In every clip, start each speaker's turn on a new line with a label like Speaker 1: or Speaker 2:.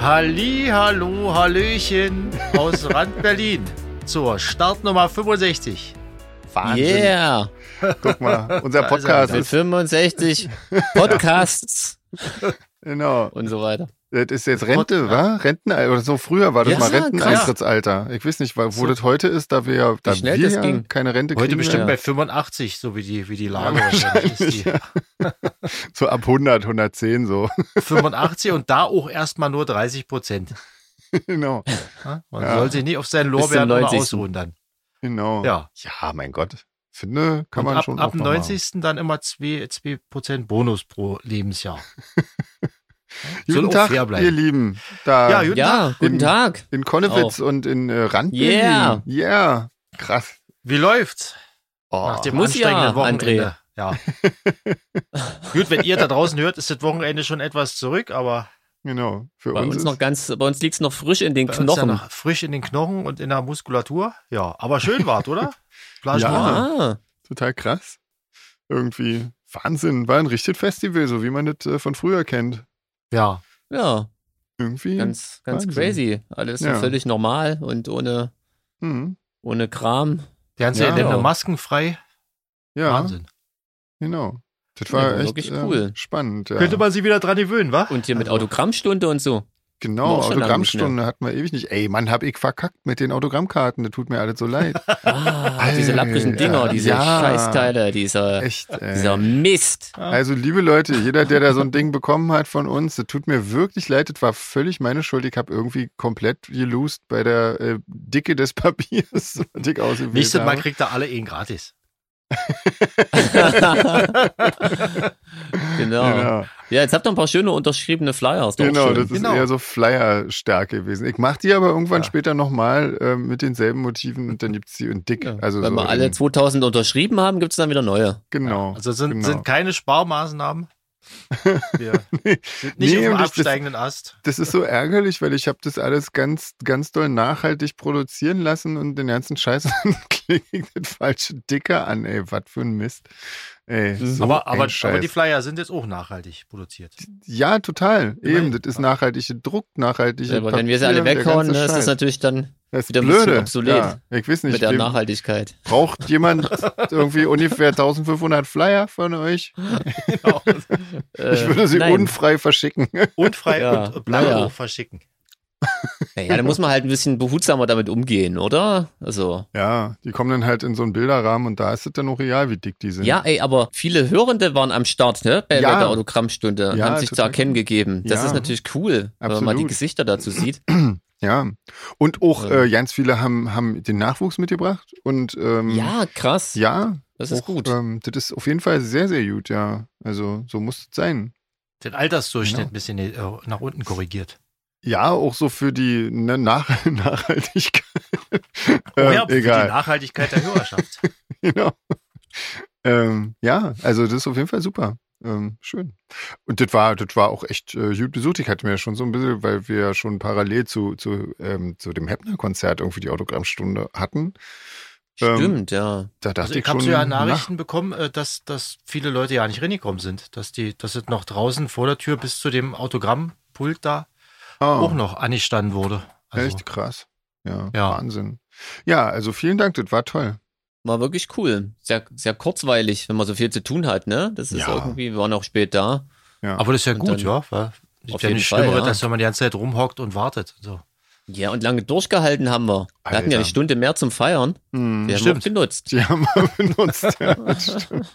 Speaker 1: Halli, hallo, Hallöchen aus Rand Berlin zur Startnummer 65.
Speaker 2: Wahnsinn.
Speaker 3: Yeah,
Speaker 2: Guck mal, unser
Speaker 1: Da ist er
Speaker 2: Podcast
Speaker 1: wieder.
Speaker 3: mit
Speaker 2: ist,
Speaker 3: 65 Podcasts
Speaker 2: genau,
Speaker 3: und so weiter.
Speaker 2: das ist jetzt Rente, wa? Renten oder so früher war das
Speaker 3: Ja,
Speaker 2: mal
Speaker 3: krass.
Speaker 2: Renteneintrittsalter. Ich weiß nicht, wa- wo das heute ist, da wir ja, da
Speaker 3: schnell
Speaker 2: wir
Speaker 3: das
Speaker 2: ja
Speaker 3: ging.
Speaker 2: keine Rente
Speaker 1: Heute
Speaker 2: kriegen.
Speaker 1: bestimmt
Speaker 3: ja.
Speaker 1: bei 85, so wie die, wie die Lage wahrscheinlich ist. Die
Speaker 2: So ab 100, 110 so.
Speaker 1: 85 und da auch erstmal nur 30 Prozent. ne?
Speaker 2: genau,
Speaker 1: Man
Speaker 2: Ja.
Speaker 1: soll sich nicht auf seinen
Speaker 3: Bis zum
Speaker 1: Lorbeeren oder
Speaker 3: 90..
Speaker 1: ausruhen dann.
Speaker 2: genau.
Speaker 1: Ja.
Speaker 2: Ja, mein Gott. Finde, kann
Speaker 1: Und
Speaker 2: man
Speaker 1: ab,
Speaker 2: schon
Speaker 1: ab
Speaker 2: auch
Speaker 1: dem
Speaker 2: noch machen.
Speaker 1: 90. dann immer 2%, 2 Bonus pro Lebensjahr. Soll
Speaker 2: Guten
Speaker 1: auch
Speaker 2: Tag,
Speaker 1: fair bleiben.
Speaker 2: ihr Lieben. Da
Speaker 1: Ja, Guten
Speaker 3: ja, guten
Speaker 2: In-
Speaker 3: Tag.
Speaker 2: in Konnewitz und in äh, Rand.
Speaker 3: Yeah.
Speaker 2: Yeah. Krass.
Speaker 1: Wie läuft's
Speaker 2: Oh.
Speaker 1: nach dem
Speaker 3: Muss
Speaker 1: anstrengenden
Speaker 3: ja,
Speaker 1: Wochenende? Ja. Gut, wenn ihr da draußen hört, ist das Wochenende schon etwas zurück, aber
Speaker 2: Genau. Für
Speaker 3: Bei
Speaker 2: uns,
Speaker 3: uns,
Speaker 2: ist,
Speaker 3: noch ganz, bei uns liegt's noch frisch in den
Speaker 1: bei uns ja
Speaker 3: Knochen.
Speaker 1: noch frisch in den Knochen und in der Muskulatur. Ja, aber schön war's, oder? Plage
Speaker 2: Ja.
Speaker 1: Noir.
Speaker 3: ah,
Speaker 2: total krass. Irgendwie Wahnsinn. War ein richtiges Festival, so wie man das äh, von früher kennt.
Speaker 1: ja.
Speaker 3: ja,
Speaker 2: Irgendwie.
Speaker 3: ganz, ganz
Speaker 2: Wahnsinn.
Speaker 3: crazy. Alles so
Speaker 2: Ja.
Speaker 3: völlig normal und ohne,
Speaker 2: hm,
Speaker 3: ohne Kram.
Speaker 1: Die ganze
Speaker 2: Ja.
Speaker 1: Elende maskenfrei.
Speaker 2: ja,
Speaker 1: Wahnsinn.
Speaker 2: genau. Das
Speaker 3: Ja,
Speaker 2: war
Speaker 3: war
Speaker 2: echt
Speaker 3: wirklich
Speaker 2: äh,
Speaker 3: cool.
Speaker 2: spannend. Ja.
Speaker 1: Könnte man sich wieder dran gewöhnen, wa?
Speaker 3: Und hier mit
Speaker 1: Also,
Speaker 3: Autogrammstunde und so.
Speaker 2: genau,
Speaker 3: auch schon lange nicht mehr.
Speaker 2: Autogrammstunde hatten wir ewig nicht. Ey, Mann, hab ich verkackt mit den Autogrammkarten. Das tut mir alles so leid.
Speaker 3: Ah, diese lapprischen
Speaker 2: Alter.
Speaker 3: Dinger, diese
Speaker 2: Ja.
Speaker 3: Scheißteile, dieser,
Speaker 2: Echt. Ey.
Speaker 3: dieser Mist.
Speaker 2: Also, liebe Leute, jeder, der da so ein Ding bekommen hat von uns, das tut mir wirklich leid. Das war völlig meine Schuld. Ich habe irgendwie komplett gelost bei der äh, Dicke des Papiers. was ich ausgewählt
Speaker 1: Nächstes Mal
Speaker 2: habe.
Speaker 1: kriegt ihr alle ihn gratis.
Speaker 3: Genau. Ja.
Speaker 2: Ja,
Speaker 3: jetzt habt ihr ein paar schöne unterschriebene Flyer. Ist doch auch
Speaker 2: genau,
Speaker 3: schön.
Speaker 2: das ist
Speaker 1: Genau.
Speaker 2: eher so Flyer-Stark gewesen. Ich mache die aber irgendwann
Speaker 1: Ja.
Speaker 2: später nochmal äh, mit denselben Motiven und dann gibt es die in dick.
Speaker 3: Ja,
Speaker 2: Also
Speaker 3: Wenn
Speaker 2: so
Speaker 3: wir alle
Speaker 2: in,
Speaker 3: 2000 unterschrieben haben, gibt's dann wieder neue.
Speaker 2: genau.
Speaker 1: Also sind,
Speaker 2: genau.
Speaker 1: sind keine Sparmaßnahmen. Wir sind nicht
Speaker 2: Nee,
Speaker 1: auf dem
Speaker 2: und das- das-
Speaker 1: absteigenden Ast.
Speaker 2: Das ist so ärgerlich, weil ich habe das alles ganz, ganz doll nachhaltig produzieren lassen und den ganzen Scheiß klinge ich den falschen Dicker an, ey. Was für ein Mist. Ey,
Speaker 3: Mhm.
Speaker 2: so
Speaker 1: aber,
Speaker 2: ein
Speaker 1: aber,
Speaker 2: Scheiß.
Speaker 1: aber die Flyer sind jetzt auch nachhaltig produziert.
Speaker 2: ja, total.
Speaker 1: Immerhin.
Speaker 2: Eben, das ist nachhaltig gedruckt, nachhaltig.
Speaker 3: Ja, aber wenn wir sie alle weghauen, ne, ist das natürlich dann
Speaker 2: das
Speaker 3: wieder ein bisschen
Speaker 2: blöde.
Speaker 3: obsolet.
Speaker 2: Ja, ich weiß
Speaker 3: mit
Speaker 2: nicht,
Speaker 3: der
Speaker 2: wem-
Speaker 3: Nachhaltigkeit.
Speaker 2: braucht jemand irgendwie ungefähr 1500 Flyer von euch? Ich würde sie
Speaker 3: Äh, nein.
Speaker 2: unfrei verschicken.
Speaker 1: Unfrei
Speaker 3: Ja,
Speaker 1: und blau
Speaker 3: naja.
Speaker 1: verschicken.
Speaker 3: Naja, da muss man halt ein bisschen behutsamer damit umgehen, oder? Also.
Speaker 2: Ja, die kommen dann halt in so einen Bilderrahmen und da ist es dann auch real, wie dick die sind.
Speaker 3: Ja, ey, aber viele Hörende waren am Start, ne? Bei,
Speaker 2: Ja.
Speaker 3: bei der Autogrammstunde und
Speaker 2: Ja,
Speaker 3: haben sich zu
Speaker 2: total.
Speaker 3: erkennen gegeben. Das
Speaker 2: Ja.
Speaker 3: ist natürlich cool, wenn man mal
Speaker 2: Absolut.
Speaker 3: die Gesichter dazu sieht.
Speaker 2: Ja. Und auch
Speaker 3: Ja.
Speaker 2: äh, ganz viele haben, haben den Nachwuchs mitgebracht. Und ähm,
Speaker 3: Ja, krass.
Speaker 2: ja,
Speaker 3: das ist
Speaker 2: auch,
Speaker 3: gut.
Speaker 2: Ähm, das ist auf jeden Fall sehr, sehr gut, ja. Also so muss es sein.
Speaker 1: Den Altersdurchschnitt
Speaker 2: Genau.
Speaker 1: ein bisschen äh, nach unten korrigiert.
Speaker 2: Ja, auch so für die ne, Nach Nachhaltigkeit.
Speaker 1: Oh
Speaker 2: Ähm,
Speaker 1: ja, für die
Speaker 2: egal.
Speaker 1: Nachhaltigkeit der Hörerschaft.
Speaker 2: Genau. Ähm, ja, also das ist auf jeden Fall super. Ähm, schön. Und das war, das war auch echt äh, gut besucht. Ich hatte mir schon so ein bisschen, weil wir ja schon parallel zu, zu, ähm, zu dem Heppner-Konzert irgendwie die Autogrammstunde hatten. ähm,
Speaker 3: Stimmt, ja.
Speaker 2: Da dachte
Speaker 1: Also ich
Speaker 2: schon.
Speaker 1: habe so ja
Speaker 2: na,
Speaker 1: Nachrichten bekommen, äh, dass, dass viele Leute ja nicht reingekommen sind. Dass die, dass es noch draußen vor der Tür bis zu dem Autogrammpult da
Speaker 2: ah.
Speaker 1: auch noch angestanden wurde. Also,
Speaker 2: Echt krass. Ja,
Speaker 1: Ja.
Speaker 2: Wahnsinn. Ja, also vielen Dank, das war toll.
Speaker 3: War wirklich cool. Sehr, sehr kurzweilig, wenn man so viel zu tun hat, ne? Das ist
Speaker 2: Ja.
Speaker 3: irgendwie, wir waren auch spät da.
Speaker 1: Aber das ist ja
Speaker 3: Und
Speaker 1: gut,
Speaker 3: dann-
Speaker 1: ja. Weil es ist ja
Speaker 3: jeden
Speaker 1: nicht
Speaker 3: Fall,
Speaker 1: schlimmer,
Speaker 3: ja.
Speaker 1: als wenn man die ganze Zeit rumhockt und wartet. So.
Speaker 3: Ja, und lange durchgehalten haben wir. Wir hatten ja
Speaker 2: Alter.
Speaker 3: eine Stunde mehr zum Feiern. Die
Speaker 2: Hm,
Speaker 3: haben wir
Speaker 1: Stimmt.
Speaker 3: auch genutzt.
Speaker 2: Die haben wir benutzt. Ja, das stimmt.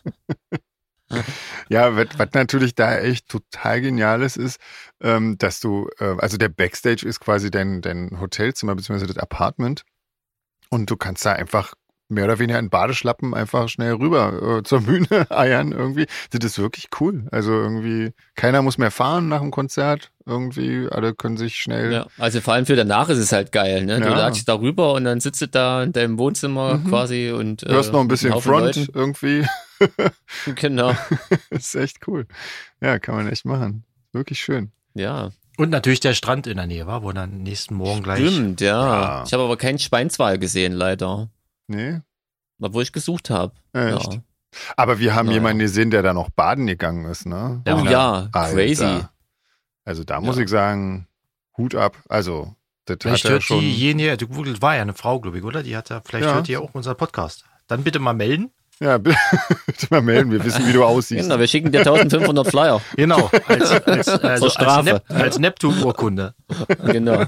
Speaker 2: ja was, was natürlich da echt total genial ist, ist, ähm, dass du, äh, also der Backstage ist quasi dein, dein Hotelzimmer beziehungsweise das Apartment und du kannst da einfach mehr oder weniger in Badeschlappen einfach schnell rüber äh, zur Bühne eiern irgendwie. Das ist wirklich cool. Also irgendwie, keiner muss mehr fahren nach dem Konzert. Irgendwie, alle können sich schnell
Speaker 3: Ja, also vor allem für danach ist es halt geil, ne? Du
Speaker 2: Ja.
Speaker 3: latschst da rüber und dann sitzt du da in deinem Wohnzimmer
Speaker 2: Mhm.
Speaker 3: quasi und äh,
Speaker 2: hörst noch ein
Speaker 3: mit
Speaker 2: bisschen
Speaker 3: einem Haufen
Speaker 2: Front irgendwie.
Speaker 3: Leuten. Genau.
Speaker 2: ist echt cool. Ja, kann man echt machen. Wirklich schön.
Speaker 3: Ja,
Speaker 1: Und natürlich der Strand in der Nähe war, wo dann nächsten Morgen gleich.
Speaker 3: stimmt, ja.
Speaker 2: Ja.
Speaker 3: Ich habe aber keinen Schweinswal gesehen, leider.
Speaker 2: Nee,
Speaker 3: Obwohl ich gesucht habe. Ja.
Speaker 2: echt. Aber wir haben
Speaker 3: Naja.
Speaker 2: jemanden gesehen, der da noch baden gegangen ist, ne?
Speaker 3: Oh ja,
Speaker 2: Alter.
Speaker 3: crazy.
Speaker 2: Also da muss
Speaker 3: Ja.
Speaker 2: ich sagen, Hut ab. Also, das
Speaker 1: Vielleicht
Speaker 2: hat er
Speaker 1: hört
Speaker 2: schon.
Speaker 1: diejenige, du Google war ja eine Frau, glaube ich, oder? Die hat ja, vielleicht
Speaker 2: Ja.
Speaker 1: hört die ja auch unseren Podcast. Dann bitte mal melden.
Speaker 2: Ja, bitte mal melden, wir wissen, wie du aussiehst.
Speaker 3: Genau, wir schicken dir 1500 Flyer.
Speaker 1: Genau, als, als, also als,
Speaker 3: Strafe.
Speaker 1: Nep als Neptun-Urkunde.
Speaker 3: Genau.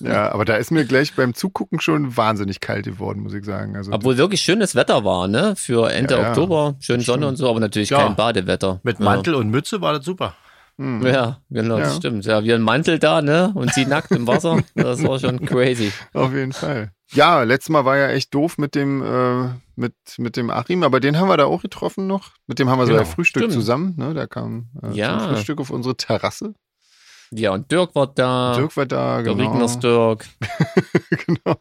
Speaker 2: Ja, aber da ist mir gleich beim Zugucken schon wahnsinnig kalt geworden, muss ich sagen. Also,
Speaker 3: Obwohl wirklich schönes Wetter war, ne? Für Ende
Speaker 2: Ja, ja.
Speaker 3: Oktober. Schön Sonne und so, aber natürlich
Speaker 1: Ja.
Speaker 3: kein Badewetter.
Speaker 1: Mit
Speaker 3: Ja.
Speaker 1: Mantel und Mütze war das super.
Speaker 2: hm.
Speaker 3: Ja, genau, das
Speaker 2: Ja.
Speaker 3: stimmt. Ja, wir ein Mantel da, ne? Und sie nackt im Wasser. Das war schon crazy.
Speaker 2: Auf jeden Fall. Ja, letztes Mal war ja echt doof mit dem, äh, mit, mit dem Achim, aber den haben wir da auch getroffen noch. Mit dem haben wir
Speaker 1: Genau,
Speaker 2: sogar Frühstück
Speaker 3: stimmt.
Speaker 2: zusammen. Ne? Da kam äh,
Speaker 3: Ja.
Speaker 2: zum Frühstück auf unsere Terrasse.
Speaker 3: Ja, und Dirk war Ah. da.
Speaker 2: Dirk war da,
Speaker 3: der
Speaker 2: genau.
Speaker 3: Regners Dirk.
Speaker 2: genau.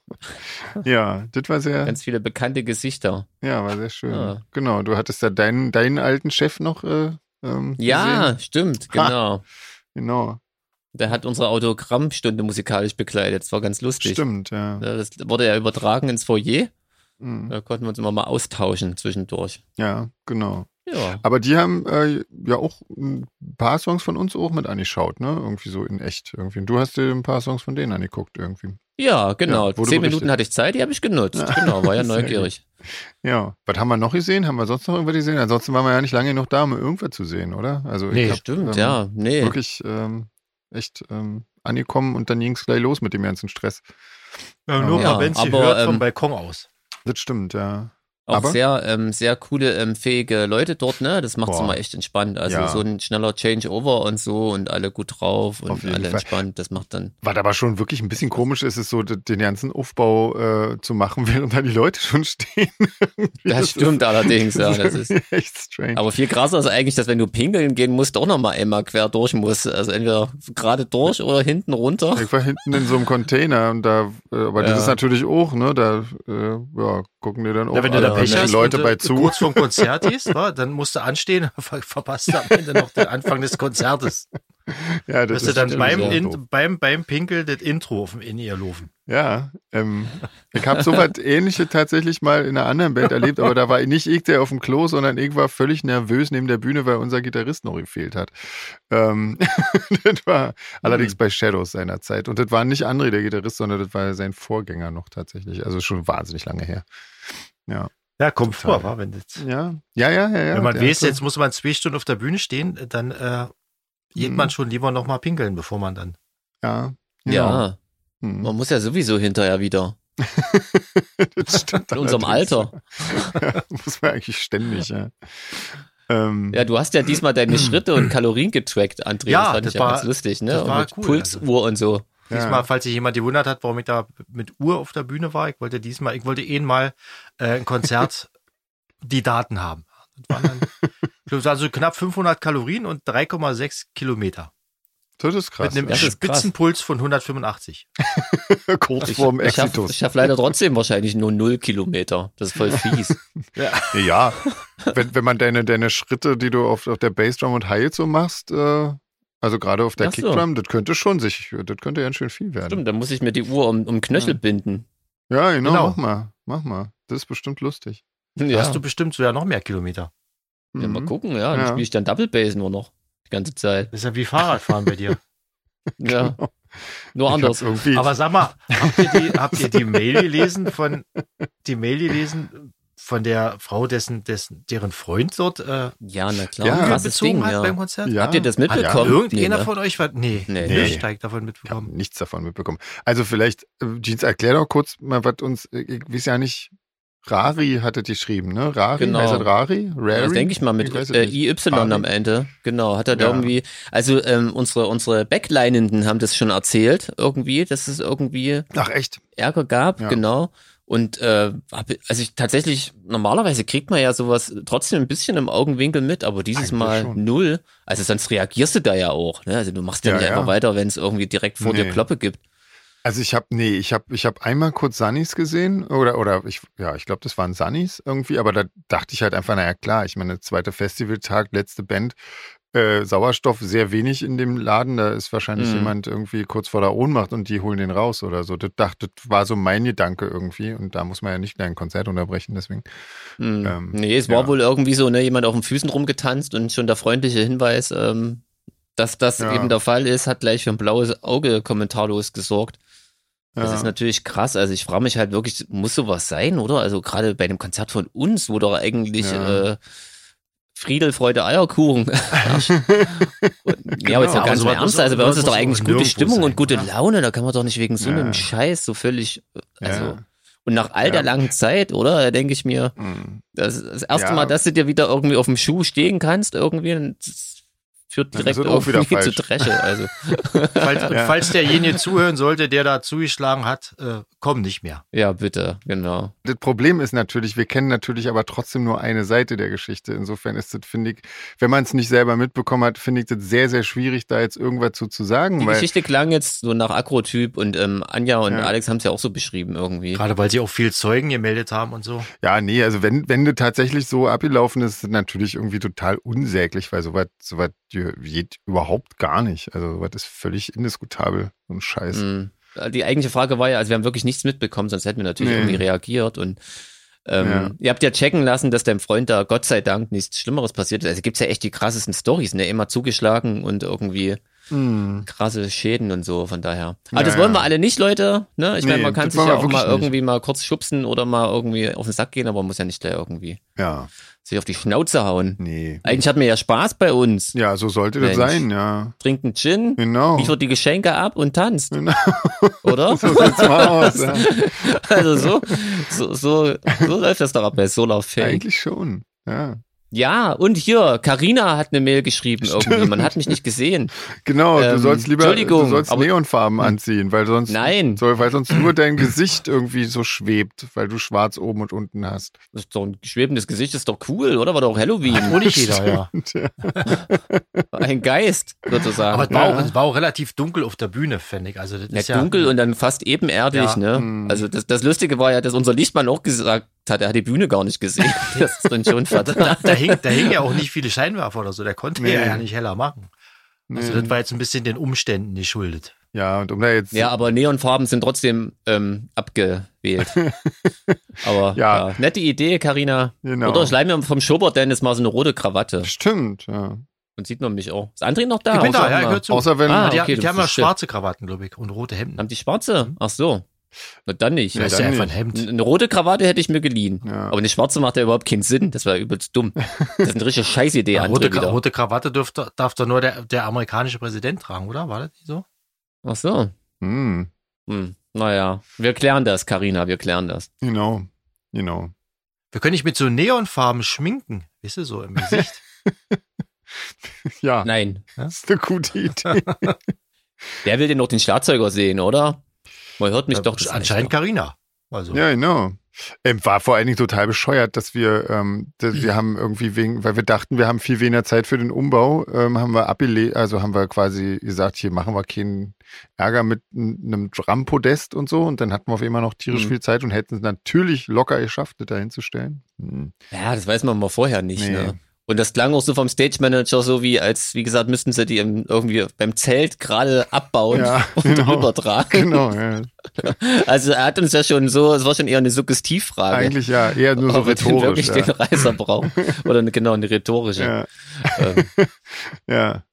Speaker 2: Ja, das war sehr,
Speaker 3: Ganz viele bekannte Gesichter.
Speaker 2: ja, war sehr schön.
Speaker 3: Ja.
Speaker 2: Genau, du hattest da deinen, deinen alten Chef noch äh, ähm,
Speaker 3: Ja,
Speaker 2: gesehen.
Speaker 3: stimmt,
Speaker 2: Ha.
Speaker 3: genau.
Speaker 2: Genau,
Speaker 3: Der hat unsere Autogrammstunde musikalisch begleitet. Das war ganz lustig.
Speaker 2: stimmt, ja.
Speaker 3: Ja, Das wurde ja übertragen ins Foyer.
Speaker 2: Mhm.
Speaker 3: Da konnten wir uns immer mal austauschen zwischendurch.
Speaker 2: Ja, genau.
Speaker 3: Ja.
Speaker 2: Aber die haben äh, ja auch ein paar Songs von uns auch mit angeschaut, ne? Irgendwie so in echt. Irgendwie. Und du hast dir ein paar Songs von denen angeguckt, irgendwie.
Speaker 3: Ja, genau.
Speaker 2: Ja, wurde
Speaker 3: Zehn
Speaker 2: berichtet.
Speaker 3: Minuten hatte ich Zeit, die habe ich genutzt. Genau, war ja
Speaker 2: Sehr gut.
Speaker 3: neugierig.
Speaker 2: Ja. Was haben wir noch gesehen? Haben wir sonst noch irgendwas gesehen? Ansonsten waren wir ja nicht lange genug da, um irgendwas zu sehen, oder? Also ich
Speaker 1: Nee,
Speaker 2: hab,
Speaker 3: Stimmt,
Speaker 2: ähm,
Speaker 3: ja. Nee.
Speaker 2: Wirklich ähm, echt ähm, angekommen und dann ging es gleich los mit dem ganzen Stress.
Speaker 1: Ja,
Speaker 2: nur
Speaker 3: Ja, mal, wenn sie aber, hört vom ähm,
Speaker 1: Balkon aus.
Speaker 2: Das stimmt, ja.
Speaker 3: Auch
Speaker 2: Aber-
Speaker 3: sehr, ähm, sehr coole, ähm, fähige Leute dort, ne? Das macht's
Speaker 2: Boah.
Speaker 3: immer echt entspannt. Also
Speaker 2: Ja.
Speaker 3: so ein schneller Changeover und so und alle gut drauf und
Speaker 2: Auf jeden
Speaker 3: alle
Speaker 2: Fall.
Speaker 3: entspannt. Das macht dann.
Speaker 2: Was aber schon wirklich ein bisschen komisch ist, ist so, d- den ganzen Aufbau äh, zu machen, während da die Leute schon stehen. Irgendwie,
Speaker 3: Das, stimmt allerdings, ja. Das ist.
Speaker 2: irgendwie echt strange.
Speaker 3: Aber viel krasser ist eigentlich, dass wenn du pinkeln gehen musst, auch nochmal einmal quer durch musst. Also entweder gerade durch oder hinten runter.
Speaker 2: Ich war hinten in so einem Container und da, äh, aber
Speaker 3: Ja.
Speaker 2: das ist natürlich auch, ne, da, äh, ja, gucken dir dann auch
Speaker 1: wenn du da
Speaker 2: alle
Speaker 1: Pech
Speaker 2: möglichen
Speaker 1: hast
Speaker 2: Leute
Speaker 1: und, äh,
Speaker 2: bei zu.
Speaker 1: kurz vorm Konzert gehst, wa, dann musst du anstehen, ver verpasst am Ende noch den Anfang des Konzertes.
Speaker 2: Ja,
Speaker 1: Dass du dann
Speaker 2: natürlich
Speaker 1: beim,
Speaker 2: auch
Speaker 1: in,
Speaker 2: doof.
Speaker 1: beim, beim Pinkel das Intro auf dem In-Ear laufen.
Speaker 2: Ja, ähm, ich habe sowas ähnliches tatsächlich mal in einer anderen Band erlebt, aber da war nicht ich der auf dem Klo, sondern ich war völlig nervös neben der Bühne, weil unser Gitarrist noch gefehlt hat. Ähm, das war allerdings bei Shadows seiner Zeit. Und das war nicht André der Gitarrist, sondern das war sein Vorgänger noch tatsächlich. Also schon wahnsinnig lange her.
Speaker 1: Ja, kommt halt.
Speaker 2: Total.
Speaker 1: vor, wa, wenn, das,
Speaker 2: Ja, ja, ja, ja. ja.
Speaker 1: wenn man
Speaker 2: Der
Speaker 1: weiß,
Speaker 2: hatte-
Speaker 1: jetzt muss man zwei Stunden auf der Bühne stehen, dann äh, geht
Speaker 2: Mhm.
Speaker 1: man schon lieber nochmal pinkeln, bevor man dann.
Speaker 2: Ja. genau.
Speaker 3: Ja,
Speaker 2: Hm.
Speaker 3: man muss ja sowieso hinterher wieder.
Speaker 2: Das stimmt
Speaker 3: In unserem
Speaker 2: allerdings.
Speaker 3: Alter.
Speaker 2: Ja, muss man eigentlich ständig, ja. Ähm,
Speaker 3: Ja, du hast ja diesmal deine Schritte und Kalorien getrackt, André.
Speaker 1: Ja,
Speaker 3: das fand
Speaker 1: das
Speaker 3: ich ja
Speaker 1: war-
Speaker 3: ganz lustig, ne?
Speaker 1: das war
Speaker 3: und mit
Speaker 1: cool,
Speaker 3: Pulsuhr und so.
Speaker 1: Diesmal, falls sich jemand gewundert hat, warum ich da mit Uhr auf der Bühne war, ich wollte diesmal, ich wollte eh mal äh, ein Konzert die Daten haben. Das waren dann, ich glaub, es waren so knapp 500 Kalorien und 3,6 Kilometer.
Speaker 2: Das ist krass.
Speaker 1: mit einem
Speaker 3: das ist krass.
Speaker 1: Spitzenpuls von 185.
Speaker 2: Kurz
Speaker 3: Ich,
Speaker 2: vorm
Speaker 3: ich schaffe
Speaker 2: Exitus.
Speaker 3: schaff leider trotzdem wahrscheinlich nur null Kilometer. Das ist voll fies.
Speaker 2: Ja, wenn, wenn man deine, deine Schritte, die du auf, auf der Bassdrum und Hi-Hat so machst, äh, also gerade auf der
Speaker 3: Ach so.
Speaker 2: Kickdrum, das könnte schon sich, das könnte ganz schön viel werden.
Speaker 3: Stimmt, dann muss ich mir die Uhr um, um Knöchel binden.
Speaker 2: Ja, genau,
Speaker 1: Genau.
Speaker 2: mach mal, mach mal. Das ist bestimmt lustig.
Speaker 1: Da
Speaker 3: Ja,
Speaker 1: Hast du bestimmt sogar noch mehr Kilometer.
Speaker 3: ja mal
Speaker 2: Mhm.
Speaker 3: gucken, ja. Dann
Speaker 2: Ja.
Speaker 3: spiele ich dann Double Bass nur noch. Die ganze Zeit.
Speaker 1: Das ist ja wie Fahrradfahren bei dir.
Speaker 3: Ja.
Speaker 2: Genau.
Speaker 3: Nur
Speaker 2: Ich
Speaker 3: anders.
Speaker 2: hab Irgendwie,
Speaker 1: Aber sag mal, habt ihr die, habt ihr die Mail gelesen von die Mail gelesen von der Frau, dessen, dessen, deren Freund dort äh,
Speaker 3: Ja, na klar.
Speaker 2: Ja. Ah,
Speaker 3: Ja, krasses
Speaker 1: bezogen
Speaker 3: Ding,
Speaker 1: hat
Speaker 3: ja.
Speaker 1: beim Konzert?
Speaker 2: ja,
Speaker 3: Habt ihr das
Speaker 1: Hat
Speaker 3: mitbekommen?
Speaker 1: Ah irgendeiner
Speaker 3: ne?
Speaker 1: von euch was? Nee, nee.
Speaker 3: Nee.
Speaker 2: Nee.
Speaker 1: Steig davon
Speaker 2: Ich habe
Speaker 1: mitbekommen.
Speaker 2: nichts davon mitbekommen. Also vielleicht, äh, Jeans, erklär doch kurz mal, was uns, äh, ich weiß ja nicht, Rari hattet ihr geschrieben, ne? Rari,
Speaker 3: Genau.
Speaker 2: heißt das Rari? Rari?
Speaker 3: Das denke ich mal mit
Speaker 2: Ich weiß es
Speaker 3: äh,
Speaker 2: nicht.
Speaker 3: IY
Speaker 2: Barbie?
Speaker 3: am Ende. Genau, hat er da
Speaker 2: Ja.
Speaker 3: irgendwie. Also ähm, unsere, unsere Backlinenden haben das schon erzählt, irgendwie, dass es irgendwie
Speaker 2: Ach echt?
Speaker 3: Ärger gab,
Speaker 2: Ja.
Speaker 3: genau. Und äh, hab, also ich tatsächlich, normalerweise kriegt man ja sowas trotzdem ein bisschen im Augenwinkel mit, aber dieses
Speaker 2: Eigentlich
Speaker 3: Mal
Speaker 2: schon.
Speaker 3: null. Also sonst reagierst du da ja auch. Ne? Also du machst ja,
Speaker 2: Ja,
Speaker 3: nicht
Speaker 2: ja.
Speaker 3: einfach weiter, wenn es irgendwie direkt vor dir
Speaker 2: Nee.
Speaker 3: Kloppe gibt.
Speaker 2: Also ich habe, nee, ich habe ich hab einmal kurz Sunnies gesehen oder, oder ich, ja, ich glaube, das waren Sunnies irgendwie, aber da dachte ich halt einfach, naja, klar, ich meine, zweiter Festivaltag, letzte Band, äh, Sauerstoff sehr wenig in dem Laden, da ist wahrscheinlich
Speaker 3: Mhm.
Speaker 2: jemand irgendwie kurz vor der Ohnmacht und die holen den raus oder so. Das dachte, das war so mein Gedanke irgendwie und da muss man ja nicht gleich ein Konzert unterbrechen, deswegen.
Speaker 3: Hm.
Speaker 2: Ähm,
Speaker 3: nee, es
Speaker 2: ja.
Speaker 3: war wohl irgendwie so, ne, jemand auf den Füßen rumgetanzt und schon der freundliche Hinweis, ähm, dass das
Speaker 2: Ja.
Speaker 3: eben der Fall ist, hat gleich für ein blaues Auge kommentarlos gesorgt. Das
Speaker 2: Ja.
Speaker 3: ist natürlich krass. Also ich frage mich halt wirklich, muss sowas sein, oder? Also gerade bei einem Konzert von uns, wo doch eigentlich
Speaker 2: Ja.
Speaker 3: äh, Friedel, Freude, Eierkuchen. ja, aber jetzt mal
Speaker 2: Genau,
Speaker 3: ganz
Speaker 1: also
Speaker 3: mal
Speaker 1: was-
Speaker 3: ernst. Also bei
Speaker 1: was
Speaker 3: uns ist doch
Speaker 1: muss
Speaker 3: eigentlich
Speaker 1: auch
Speaker 3: gute
Speaker 1: nirgendwo
Speaker 3: Stimmung
Speaker 1: sein,
Speaker 3: und gute
Speaker 1: oder?
Speaker 3: Laune. Da kann man doch nicht wegen so
Speaker 2: Ja.
Speaker 3: einem Scheiß so völlig. äh, Also
Speaker 2: Ja.
Speaker 3: und nach all der
Speaker 2: Ja.
Speaker 3: langen Zeit, oder? Da denke ich mir,
Speaker 2: Hm.
Speaker 3: das, ist das erste
Speaker 2: Ja.
Speaker 3: Mal, dass du dir wieder irgendwie auf dem Schuh stehen kannst, irgendwie, das führt
Speaker 2: Ja, das
Speaker 3: direkt
Speaker 2: wird auch wieder
Speaker 3: irgendwie zu
Speaker 2: falsch.
Speaker 3: Dresche. Also
Speaker 1: Falls,
Speaker 2: Ja.
Speaker 1: falls derjenige zuhören sollte, der da zugeschlagen hat, äh, komm nicht mehr.
Speaker 3: ja, bitte, genau.
Speaker 2: Das Problem ist natürlich, wir kennen natürlich aber trotzdem nur eine Seite der Geschichte. Insofern ist das, finde ich, wenn man es nicht selber mitbekommen hat, finde ich das sehr, sehr schwierig, da jetzt irgendwas zu, zu sagen.
Speaker 3: Die
Speaker 2: weil,
Speaker 3: Geschichte klang jetzt so nach Akrotyp und ähm, Anja und
Speaker 2: Ja.
Speaker 3: Alex haben es ja auch so beschrieben irgendwie.
Speaker 1: Gerade weil sie auch viel Zeugen gemeldet haben und so.
Speaker 2: Ja, nee, also wenn, wenn du tatsächlich so abgelaufen ist, ist das natürlich irgendwie total unsäglich, weil sowas sowas geht überhaupt gar nicht. Also sowas ist völlig indiskutabel so ein Scheiß.
Speaker 3: Mm. Die eigentliche Frage war ja, also wir haben wirklich nichts mitbekommen, sonst hätten wir natürlich
Speaker 2: Nee.
Speaker 3: irgendwie reagiert und ähm,
Speaker 2: Ja.
Speaker 3: ihr habt ja checken lassen, dass deinem Freund da Gott sei Dank nichts Schlimmeres passiert ist. Also gibt's ja echt die krassesten Stories, ne? Immer zugeschlagen und irgendwie
Speaker 2: Mhm.
Speaker 3: krasse Schäden und so, von daher. Aber
Speaker 2: Ja,
Speaker 3: das wollen
Speaker 2: ja.
Speaker 3: wir alle nicht, Leute. Ne? Ich meine,
Speaker 2: Nee,
Speaker 3: man kann
Speaker 2: das
Speaker 3: sich
Speaker 2: wollen
Speaker 3: ja
Speaker 2: wir
Speaker 3: auch mal
Speaker 2: wirklich nicht.
Speaker 3: irgendwie mal kurz schubsen oder mal irgendwie auf den Sack gehen, aber man muss ja nicht gleich irgendwie
Speaker 2: Ja,
Speaker 3: sich auf die Schnauze hauen.
Speaker 2: nee.
Speaker 3: Eigentlich hatten wir ja Spaß bei uns.
Speaker 2: Ja, so sollte das
Speaker 3: Mensch.
Speaker 2: sein, ja.
Speaker 3: Trinken Gin,
Speaker 2: Genau.
Speaker 3: liefert die Geschenke ab und tanzt,
Speaker 2: Genau.
Speaker 3: oder?
Speaker 2: So sieht's mal aus. Ja.
Speaker 3: also so, so, so, so läuft das doch ab bei Solar Fake.
Speaker 2: Eigentlich schon. Ja.
Speaker 3: Ja, und hier, Karina hat eine Mail geschrieben irgendwie. Man hat mich nicht gesehen.
Speaker 2: Genau,
Speaker 3: Ähm,
Speaker 2: du sollst lieber du
Speaker 3: Entschuldigung,
Speaker 2: sollst
Speaker 3: aber- hm.
Speaker 2: Neonfarben anziehen, weil sonst
Speaker 3: Nein.
Speaker 2: soll, weil sonst nur dein Gesicht irgendwie so schwebt, weil du schwarz oben und unten hast.
Speaker 3: Das ist doch ein schwebendes Gesicht, ist doch cool, oder? War doch Halloween.
Speaker 1: Ohne jeder, ja.
Speaker 2: Stimmt, ja.
Speaker 3: Ein Geist, sozusagen.
Speaker 1: Aber es war, auch,
Speaker 2: Ja.
Speaker 1: es war auch relativ dunkel auf der Bühne, fände ich. Also, das
Speaker 3: Ja,
Speaker 1: ist ja
Speaker 3: dunkel und dann fast ebenerdig,
Speaker 1: Ja.
Speaker 3: ne?
Speaker 2: Hm.
Speaker 3: Also das, das Lustige war ja, dass unser Lichtmann auch gesagt hat, er hat die Bühne gar nicht gesehen. Das ist dann schon verdammt.
Speaker 1: da, hing, da hingen ja auch nicht viele Scheinwerfer oder so. Der konnte
Speaker 2: Nee.
Speaker 1: ja ja nicht heller machen. Also, das war jetzt ein bisschen den Umständen geschuldet.
Speaker 2: Ja, und um da jetzt
Speaker 3: Ja, aber Neonfarben sind trotzdem ähm, abgewählt. Aber ja.
Speaker 2: Ja.
Speaker 3: nette Idee, Karina.
Speaker 2: Genau.
Speaker 3: Oder ich leih mir vom Schobert Dennis mal so eine rote Krawatte.
Speaker 2: Stimmt, ja.
Speaker 3: Und sieht man mich auch. Ist André noch da?
Speaker 1: ich bin da,
Speaker 3: Ah, Außer-
Speaker 1: ja, ich hör zu.
Speaker 2: Außer wenn.
Speaker 3: Ah,
Speaker 1: die,
Speaker 3: okay,
Speaker 1: die
Speaker 3: du
Speaker 1: haben ja
Speaker 3: bist still.
Speaker 1: schwarze Krawatten, glaube ich, und rote Hemden.
Speaker 3: Haben die schwarze? Ach so. Na dann nicht.
Speaker 2: Ja,
Speaker 1: das ist ja
Speaker 2: dann
Speaker 1: einfach ein Hemd.
Speaker 3: Eine rote Krawatte hätte ich mir geliehen.
Speaker 2: Ja.
Speaker 3: Aber eine schwarze macht ja überhaupt keinen Sinn. Das war übelst dumm. Das ist eine richtige Scheißidee,
Speaker 1: Ja,
Speaker 3: André
Speaker 1: Ah, rote, Kra-
Speaker 3: wieder.
Speaker 1: rote Krawatte dürfte, darf doch nur der, der amerikanische Präsident tragen, oder? War das nicht so?
Speaker 3: Ach so.
Speaker 2: Hm,
Speaker 3: Hm, naja, wir klären das, Karina, wir klären das.
Speaker 2: genau. Genau.
Speaker 1: Wir können nicht mit so Neonfarben schminken, weißt du, so im Gesicht.
Speaker 2: Ja,
Speaker 3: Nein.
Speaker 2: das ist eine gute Idee.
Speaker 3: Wer will denn noch den Schlagzeuger sehen, oder? Man hört mich
Speaker 1: Ja,
Speaker 3: doch. das ist
Speaker 1: Äh, anscheinend
Speaker 3: echt-
Speaker 1: Karina. Also,
Speaker 2: ja, genau. Ähm, war vor allen Dingen total bescheuert, dass wir, ähm, dass wir haben irgendwie wegen, weil wir dachten, wir haben viel weniger Zeit für den Umbau, ähm, haben wir abgele also haben wir quasi gesagt, hier machen wir keinen Ärger mit n- einem Drum-Podest und so. Und dann hatten wir auf immer noch tierisch
Speaker 3: Mhm.
Speaker 2: viel Zeit und hätten es natürlich locker geschafft, das da hinzustellen. Hm.
Speaker 3: Ja, das weiß man mal vorher nicht.
Speaker 2: Nee.
Speaker 3: Ne? Und das klang auch so vom Stage Manager so wie, als, wie gesagt, müssten sie die im, irgendwie beim Zelt gerade abbauen
Speaker 2: Ja,
Speaker 3: und
Speaker 2: genau.
Speaker 3: rübertragen.
Speaker 2: Genau, ja.
Speaker 3: Also er hat uns ja schon so, es war schon eher eine Suggestivfrage.
Speaker 2: Eigentlich ja, eher nur so
Speaker 3: ob wir denn wirklich
Speaker 2: rhetorisch. Ja.
Speaker 3: den Reißer brauchen. Oder eine, genau, eine rhetorische.
Speaker 2: Ja.
Speaker 3: Ähm,
Speaker 2: ja.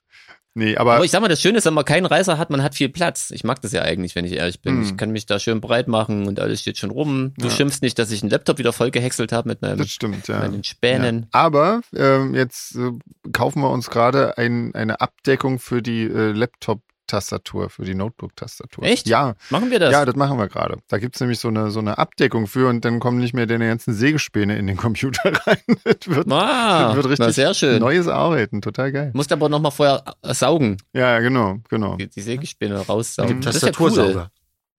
Speaker 2: Nee,
Speaker 3: Aber ich sag mal, das Schöne ist, wenn man keinen Reißer hat, man hat viel Platz. Ich mag das ja eigentlich, wenn ich ehrlich bin.
Speaker 2: Mhm.
Speaker 3: Ich kann mich da schön breit machen und alles steht schon rum. Du
Speaker 2: Ja.
Speaker 3: schimpfst nicht, dass ich einen Laptop wieder voll gehäckselt habe mit meinem,
Speaker 2: Das stimmt, ja.
Speaker 3: meinen Spänen.
Speaker 2: Ja. Aber ähm, jetzt äh, kaufen wir uns gerade ein, eine Abdeckung für die äh, Laptop-Tastatur, für die Notebook-Tastatur.
Speaker 3: Echt?
Speaker 2: Ja,
Speaker 3: Machen wir das?
Speaker 2: ja, das machen wir gerade. Da gibt es nämlich so eine, so eine Abdeckung für und dann kommen nicht mehr deine ganzen Sägespäne in den Computer rein. Das wird,
Speaker 3: ah,
Speaker 2: das wird richtig
Speaker 3: na, sehr schön.
Speaker 2: neues Arbeiten, total geil.
Speaker 3: Musst aber nochmal vorher äh, saugen,
Speaker 2: Ja, ja, genau, genau.
Speaker 3: die, die Sägespinne
Speaker 1: mit
Speaker 3: raussaugen.
Speaker 1: dem
Speaker 3: Mhm. Das ist ja cool.
Speaker 1: Tastatursauger.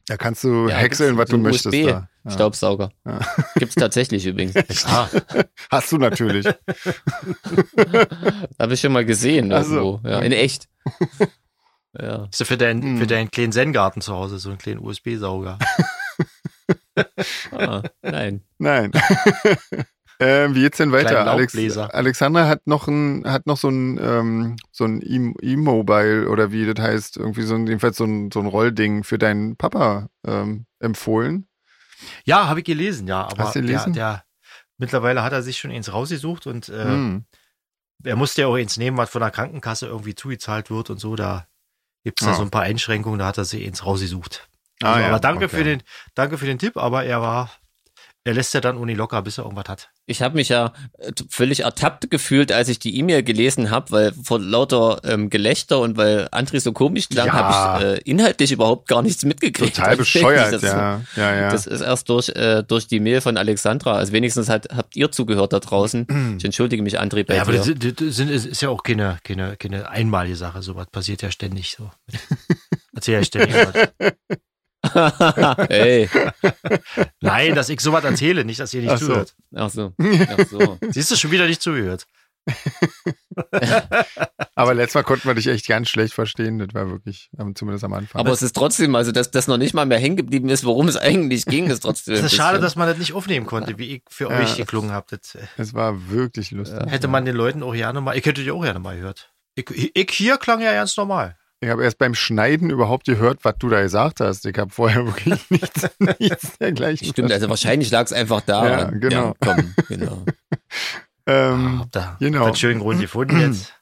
Speaker 2: Da kannst du
Speaker 3: Ja,
Speaker 2: häckseln, was
Speaker 3: so
Speaker 2: du
Speaker 3: ein
Speaker 2: möchtest.
Speaker 3: USB
Speaker 2: Da. Ja.
Speaker 3: Staubsauger.
Speaker 2: Ja.
Speaker 3: Gibt's tatsächlich übrigens.
Speaker 1: Ja,
Speaker 2: Hast du natürlich.
Speaker 3: Habe ich schon mal gesehen
Speaker 2: Ach so.
Speaker 3: irgendwo. Ja, in echt. Ja.
Speaker 1: ist ja für deinen,
Speaker 2: Hm.
Speaker 1: für deinen kleinen Zen-Garten zu Hause, so einen kleinen USB-Sauger.
Speaker 3: Ah, nein.
Speaker 2: Nein. ähm, wie geht's denn weiter?
Speaker 1: Kleinen
Speaker 2: Alex,
Speaker 1: Laubbläser.
Speaker 2: Alexandra hat noch ein, hat noch so ein, ähm, so ein E- E-Mobile oder wie das heißt, irgendwie so ein, jedenfalls so ein, so ein Rollding für deinen Papa ähm, empfohlen.
Speaker 1: Ja, habe ich gelesen, ja. Aber
Speaker 2: Hast du gelesen?
Speaker 1: Der, der, mittlerweile hat er sich schon eins rausgesucht und äh,
Speaker 2: Hm.
Speaker 1: er musste ja auch eins nehmen, was von der Krankenkasse irgendwie zugezahlt wird und so. Da gibt es da
Speaker 2: Ah.
Speaker 1: so ein paar Einschränkungen, da hat er sich eins rausgesucht.
Speaker 2: Ah,
Speaker 1: also,
Speaker 2: ja,
Speaker 1: aber danke,
Speaker 2: okay.
Speaker 1: für den, danke für den Tipp, aber er war, er lässt ja dann Uni locker, bis er irgendwas hat.
Speaker 3: Ich habe mich ja äh, t- völlig ertappt gefühlt, als ich die E-Mail gelesen habe, weil vor lauter ähm, Gelächter und weil André so komisch klang,
Speaker 2: Ja.
Speaker 3: habe ich äh, inhaltlich überhaupt gar nichts mitgekriegt.
Speaker 2: Total
Speaker 3: Tatsächlich,
Speaker 2: bescheuert,
Speaker 3: das-
Speaker 2: ja. Ja, ja.
Speaker 3: Das ist erst durch, äh, durch die Mail von Alexandra. Also wenigstens hat, habt ihr zugehört da draußen. Ich entschuldige mich, André, bei
Speaker 1: Ja, aber das,
Speaker 3: dir.
Speaker 1: das das sind, ist ist ja auch keine, keine, keine einmalige Sache. So was passiert ja ständig so. Erzähl ja ständig. was.
Speaker 3: Ey,
Speaker 1: Nein, dass ich sowas erzähle, nicht, dass ihr nicht
Speaker 2: Ach so.
Speaker 1: zuhört.
Speaker 3: ach so. Ach so.
Speaker 1: Siehst du, schon wieder nicht zugehört.
Speaker 2: Aber letztes Mal konnten wir dich echt ganz schlecht verstehen. Das war wirklich, ähm, zumindest am Anfang.
Speaker 3: Aber es ist trotzdem, also dass das noch nicht mal mehr hängen geblieben ist, worum es eigentlich ging, ist trotzdem.
Speaker 1: Es
Speaker 3: ein
Speaker 1: ist schade,
Speaker 3: bisschen-
Speaker 1: dass man das nicht aufnehmen konnte, wie ich für
Speaker 2: Ja.
Speaker 1: euch geklungen habe. Das äh,
Speaker 2: es war wirklich lustig.
Speaker 1: hätte man den Leuten auch gerne mal, ich hätte die auch gerne mal gehört. Ich, ich hier klang ja ganz normal.
Speaker 2: Ich habe erst beim Schneiden überhaupt gehört, was du da gesagt hast. Ich habe vorher wirklich nichts, nichts dergleichen.
Speaker 3: Stimmt, also wahrscheinlich lag es einfach
Speaker 2: Ja,
Speaker 3: daran.
Speaker 2: genau.
Speaker 3: Ja, komm, genau.
Speaker 2: Ähm,
Speaker 1: Habt ihr
Speaker 2: genau.
Speaker 1: einen schönen Grund gefunden jetzt?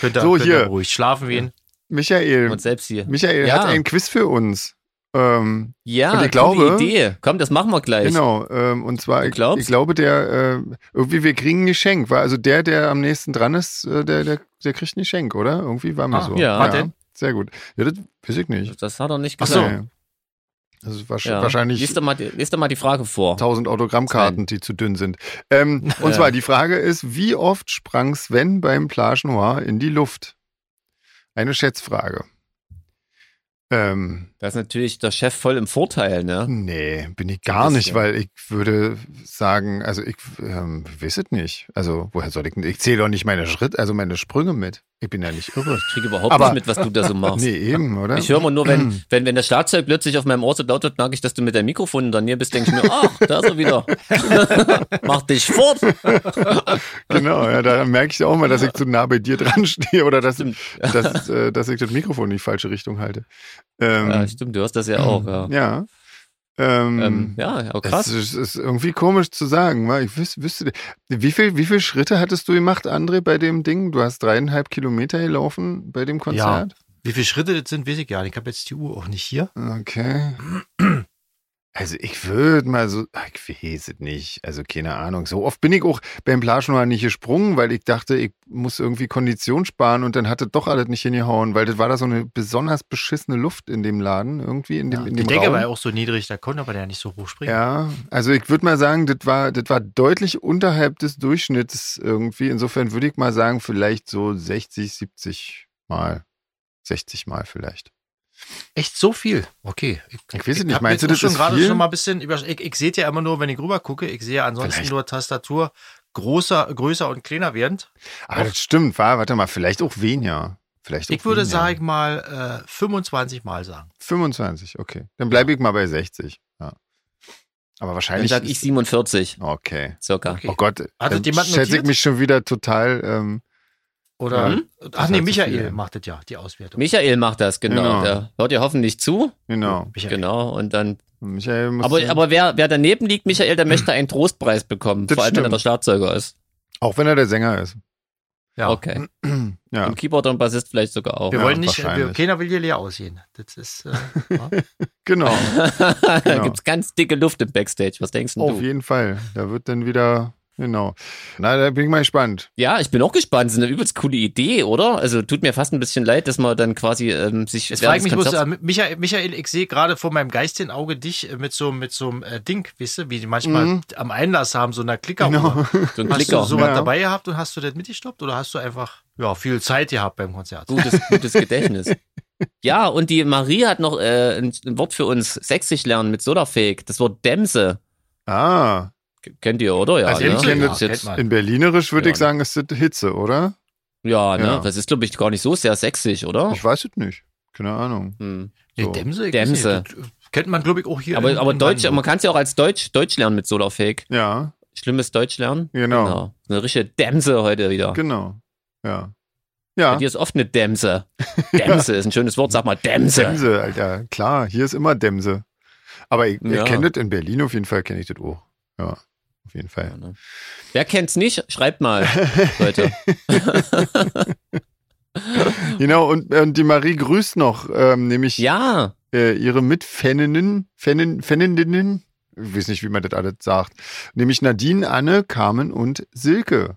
Speaker 1: könnt ihr,
Speaker 2: So,
Speaker 1: könnt ihr
Speaker 2: hier.
Speaker 1: ruhig schlafen gehen.
Speaker 2: Michael,
Speaker 3: Und selbst hier.
Speaker 2: Michael
Speaker 3: Ja.
Speaker 2: hat ein Quiz für uns. Ähm,
Speaker 3: Ja,
Speaker 2: Und
Speaker 3: gute
Speaker 2: ich glaube-
Speaker 3: Idee. Komm, das machen wir gleich.
Speaker 2: genau. Ähm, und zwar,
Speaker 3: Du
Speaker 2: ich,
Speaker 3: glaubst?
Speaker 2: ich glaube, der, äh, irgendwie, wir kriegen ein Geschenk. War also der, der am nächsten dran ist, äh, der, der, der kriegt ein Geschenk, oder? Irgendwie war mal
Speaker 1: Ah,
Speaker 2: so.
Speaker 3: ja.
Speaker 1: Was denn?
Speaker 2: Sehr gut. Ja, das weiß ich nicht.
Speaker 3: Das hat er nicht
Speaker 1: Ach
Speaker 3: gesagt.
Speaker 1: so.
Speaker 2: Nee. Das ist wahrsch-
Speaker 3: Ja.
Speaker 2: wahrscheinlich
Speaker 3: Lies doch mal, die- lies doch mal die Frage vor.
Speaker 2: 1000 Autogrammkarten, die zu dünn sind. Ähm, und
Speaker 3: Ja.
Speaker 2: zwar die Frage ist, wie oft sprang Sven beim Plage Noir in die Luft? Eine Schätzfrage. Ähm,
Speaker 3: Da ist natürlich der Chef voll im Vorteil, ne?
Speaker 2: nee, bin ich gar
Speaker 3: Das-
Speaker 2: nicht, weil ich würde sagen, also ich ähm, weiß es nicht. Also woher soll ich denn? Ich zähle doch nicht meine Schritte, also meine Sprünge mit. Ich bin ja nicht irre.
Speaker 3: Ich kriege überhaupt
Speaker 2: Aber-
Speaker 3: nicht mit, was du da so machst.
Speaker 2: Nee, eben, oder?
Speaker 3: Ich höre mal nur, wenn, wenn, wenn das Schlagzeug plötzlich auf meinem Ohr so laut wird, merke ich, dass du mit deinem Mikrofon in der Nähe bist, denke ich mir, ach, da ist er wieder. Mach dich fort.
Speaker 2: Ähm. Genau, ja, daran merke ich auch mal, dass ich zu nah bei dir dran stehe oder dass, dass, äh, dass ich das Mikrofon in die falsche Richtung halte. Ähm,
Speaker 3: Ja, stimmt, du hörst das ja auch. Ja,
Speaker 2: Ja. Ähm,
Speaker 3: ähm, ja, ja
Speaker 2: Das
Speaker 3: krass.
Speaker 2: ist, ist irgendwie komisch zu sagen. wa? Ich wüs wüsste, wie viel, wie viel Schritte hattest du gemacht, André, bei dem Ding? Du hast dreieinhalb Kilometer gelaufen bei dem Konzert?
Speaker 1: Wie viele Schritte das sind, weiß ich gar nicht. Ich habe jetzt die Uhr auch nicht hier.
Speaker 2: Okay. Also ich würde mal so, ach, ich weiß es nicht, also keine Ahnung. So oft bin ich auch beim Plaschenwahl nicht gesprungen, weil ich dachte, ich muss irgendwie Kondition sparen und dann hatte doch alles nicht hingehauen, weil das war da so eine besonders beschissene Luft in dem Laden irgendwie, in dem, in dem
Speaker 1: ich denke
Speaker 2: Raum.
Speaker 1: aber auch so niedrig, da konnte aber der nicht so hoch springen.
Speaker 2: Ja, also ich würde mal sagen, das war, das war deutlich unterhalb des Durchschnitts irgendwie. Insofern würde ich mal sagen, vielleicht so 60, 70 Mal. 60 Mal vielleicht.
Speaker 1: Echt so viel. Okay.
Speaker 2: Ich weiß es
Speaker 1: hab
Speaker 2: nicht. Meinst du,
Speaker 1: jetzt
Speaker 2: das
Speaker 1: auch schon
Speaker 2: ist
Speaker 1: gerade
Speaker 2: viel?
Speaker 1: schon mal ein bisschen über ich, ich sehe ja immer nur, wenn ich rüber gucke, ich sehe ansonsten
Speaker 2: Vielleicht.
Speaker 1: nur Tastatur großer, größer und kleiner werdend.
Speaker 2: Aber Ah, das stimmt, war, warte mal, vielleicht auch weniger. Vielleicht auch
Speaker 1: Ich würde
Speaker 2: weniger.
Speaker 1: sagen mal äh, 25 Mal sagen.
Speaker 2: 25, okay. Dann bleibe ich mal bei 60. Ja. Aber
Speaker 3: Dann
Speaker 2: wahrscheinlich.
Speaker 3: sag ich
Speaker 2: ist-
Speaker 3: 47,
Speaker 2: okay.
Speaker 3: circa.
Speaker 1: Okay.
Speaker 2: Oh Gott,
Speaker 1: Hat
Speaker 2: dann
Speaker 1: das jemand
Speaker 2: schätze ich
Speaker 1: notiert?
Speaker 2: mich schon wieder total. Ähm,
Speaker 1: Oder
Speaker 3: Mhm.
Speaker 1: Ach
Speaker 2: ist
Speaker 1: nee,
Speaker 2: halt zu
Speaker 1: Michael
Speaker 2: viel.
Speaker 1: macht das ja, die Auswertung.
Speaker 3: Michael macht das, genau.
Speaker 2: Genau.
Speaker 3: Der hört ja hoffentlich zu.
Speaker 2: genau.
Speaker 1: Michael.
Speaker 3: Genau, und dann.
Speaker 2: Michael muss
Speaker 3: Aber, aber wer, wer daneben liegt, Michael, der möchte einen Trostpreis bekommen.
Speaker 2: Das
Speaker 3: vor allem, wenn er
Speaker 2: stimmt.
Speaker 3: der Schlagzeuger ist.
Speaker 2: auch wenn er der Sänger ist.
Speaker 1: Ja.
Speaker 3: Okay.
Speaker 2: Ja.
Speaker 3: Und Keyboarder und Bassist vielleicht sogar auch.
Speaker 1: Wir
Speaker 2: Ja,
Speaker 1: wollen nicht, wir,
Speaker 2: wahrscheinlich.
Speaker 1: keiner will hier leer aussehen. Das ist äh, ja.
Speaker 2: Genau.
Speaker 3: da
Speaker 2: Genau.
Speaker 3: gibt's ganz dicke Luft im Backstage. Was denkst denn
Speaker 2: Auf
Speaker 3: du?
Speaker 2: jeden Fall. Da wird dann wieder, genau. Na, da bin ich mal gespannt.
Speaker 3: Ja, ich bin auch gespannt. Das ist eine übelst coole Idee, oder? Also tut mir fast ein bisschen leid, dass man dann quasi ähm, sich
Speaker 1: Jetzt frage ich
Speaker 3: während
Speaker 1: mich,
Speaker 3: des
Speaker 1: bloß, äh,
Speaker 3: Konzerts-
Speaker 1: Michael, Michael, ich sehe gerade vor meinem geistigen Auge dich äh, mit so, mit so einem äh, Ding, weißt du, wie die manchmal
Speaker 2: Mhm. Genau.
Speaker 1: am Einlass haben, so einer Klicker.
Speaker 3: so ein
Speaker 1: Hast
Speaker 3: Klicker.
Speaker 1: du sowas
Speaker 2: Ja.
Speaker 1: dabei gehabt und hast du das mitgestoppt oder hast du einfach ja, viel Zeit gehabt beim Konzert?
Speaker 3: Gutes, gutes Gedächtnis. Ja, und die Marie hat noch äh, ein, ein Wort für uns sächsisch lernen mit Sodafake. Das Wort Dämse.
Speaker 2: Ah,
Speaker 3: K- Kennt ihr, oder? Ja,
Speaker 2: Also
Speaker 3: ne?
Speaker 2: ich kenne
Speaker 3: ja,
Speaker 2: das
Speaker 3: jetzt,
Speaker 1: kennt man.
Speaker 2: in Berlinerisch würde
Speaker 3: Ja.
Speaker 2: ich sagen, ist das Hitze, oder?
Speaker 3: ja, ne?
Speaker 2: Ja.
Speaker 3: Das ist, glaube ich, gar nicht so sehr sächsisch, oder?
Speaker 2: Ich weiß es nicht. Keine Ahnung.
Speaker 3: Hm.
Speaker 2: So.
Speaker 1: Dämse? ich
Speaker 3: Dämse.
Speaker 1: weiß nicht, das äh, Kennt man, glaube ich, auch hier.
Speaker 3: Aber,
Speaker 1: in-
Speaker 3: aber
Speaker 1: in
Speaker 3: Deutsch, man
Speaker 1: Brandenburg.
Speaker 3: kann es ja auch als Deutsch, Deutsch lernen mit Sodafake.
Speaker 2: Ja,
Speaker 3: Schlimmes Deutsch lernen.
Speaker 2: genau.
Speaker 3: Genau. Eine richtige Dämse heute wieder.
Speaker 2: Genau. Ja.
Speaker 3: Bei
Speaker 2: Ja.
Speaker 3: dir ist oft eine Dämse. Dämse ist ein schönes Wort, sag mal Dämse.
Speaker 2: Dämse, Alter. Klar, hier ist immer Dämse. Aber ich,
Speaker 3: Ja.
Speaker 2: ich kenne das in Berlin auf jeden Fall, kenne ich das auch. Ja. auf jeden Fall.
Speaker 3: Ja, ne? Wer kennt's nicht? Schreibt mal, Leute.
Speaker 2: Genau, und, und die Marie grüßt noch, ähm, nämlich
Speaker 3: ja,
Speaker 2: äh, ihre Mitfaninnen, Fanin, Fanindinnen, ich weiß nicht, wie man das alles sagt, nämlich Nadine, Anne, Carmen und Silke.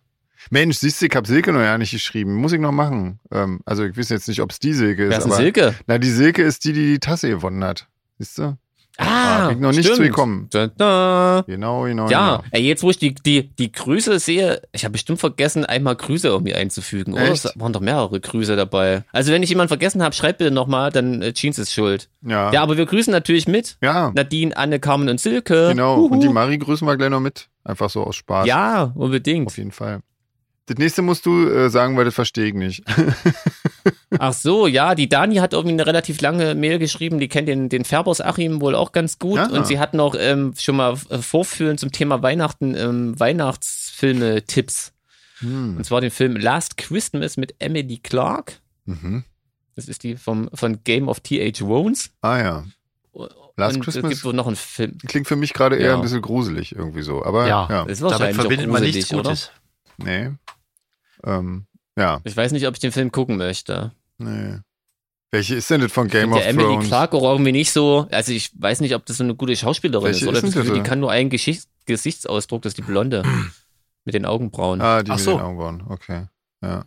Speaker 2: Mensch, siehst du, ich habe Silke noch ja nicht geschrieben. Muss ich noch machen. Ähm, also ich weiß jetzt nicht, ob es die Silke ist.
Speaker 3: wer ist denn
Speaker 2: aber,
Speaker 3: Silke?
Speaker 2: Na, die Silke ist die, die die Tasse gewonnen hat. Siehst du?
Speaker 3: Ah,
Speaker 2: bin ich noch nicht
Speaker 3: stimmt.
Speaker 2: zugekommen.
Speaker 3: Da, da.
Speaker 2: Genau, genau.
Speaker 3: Ja,
Speaker 2: genau.
Speaker 3: ey, jetzt wo ich die, die, die Grüße sehe, ich habe bestimmt vergessen, einmal Grüße irgendwie einzufügen. Oder
Speaker 2: Echt?
Speaker 3: es waren doch mehrere Grüße dabei. Also wenn ich jemanden vergessen habe, schreibt bitte nochmal, dann äh, Jeans ist schuld.
Speaker 2: Ja.
Speaker 3: Ja, aber wir grüßen natürlich mit.
Speaker 2: Ja,
Speaker 3: Nadine, Anne, Carmen und Silke.
Speaker 2: genau.
Speaker 3: Äh, Huhu.
Speaker 2: Und die Marie grüßen wir gleich noch mit. Einfach so aus Spaß.
Speaker 3: Ja,
Speaker 2: Auf
Speaker 3: unbedingt.
Speaker 2: jeden Fall. Das nächste musst du äh, sagen, weil das verstehe ich nicht.
Speaker 3: Ach so, ja, die Dani hat irgendwie eine relativ lange Mail geschrieben, die kennt den, den Färbers Achim wohl auch ganz gut.
Speaker 2: Ah.
Speaker 3: Und sie hat noch ähm, schon mal äh, Vorführen zum Thema Weihnachten, ähm, Weihnachtsfilme-Tipps.
Speaker 2: Hm.
Speaker 3: Und zwar den Film Last Christmas mit Emily Clark.
Speaker 2: Mhm.
Speaker 3: Das ist die vom, von Game of T.H. Wones.
Speaker 2: Ah ja. Last
Speaker 3: Oh, und
Speaker 2: Christmas?
Speaker 3: Es gibt wohl noch einen Film.
Speaker 2: Klingt für mich gerade eher
Speaker 3: Ja.
Speaker 2: ein bisschen gruselig irgendwie so. Aber ja.
Speaker 1: Ja.
Speaker 3: Das ist
Speaker 1: Damit
Speaker 3: wahrscheinlich auch
Speaker 1: verbindet man nichts
Speaker 3: gruselig,
Speaker 1: Gutes.
Speaker 2: Nee. Ähm, ja,
Speaker 3: Ich weiß nicht, ob ich den Film gucken möchte.
Speaker 2: nee. Welche ist denn das von Game of
Speaker 3: der Emily
Speaker 2: Thrones?
Speaker 3: Clark auch irgendwie nicht so. Also ich weiß nicht, ob das so eine gute Schauspielerin
Speaker 2: Welche
Speaker 3: ist. Oder
Speaker 2: ist denn
Speaker 3: das Gefühl,
Speaker 2: bitte?
Speaker 3: die kann nur einen Geschicht Gesichtsausdruck, das ist die Blonde. mit den Augenbrauen.
Speaker 2: Ah, die
Speaker 1: Ach
Speaker 2: mit
Speaker 1: so.
Speaker 2: den Augenbrauen, okay. Ja.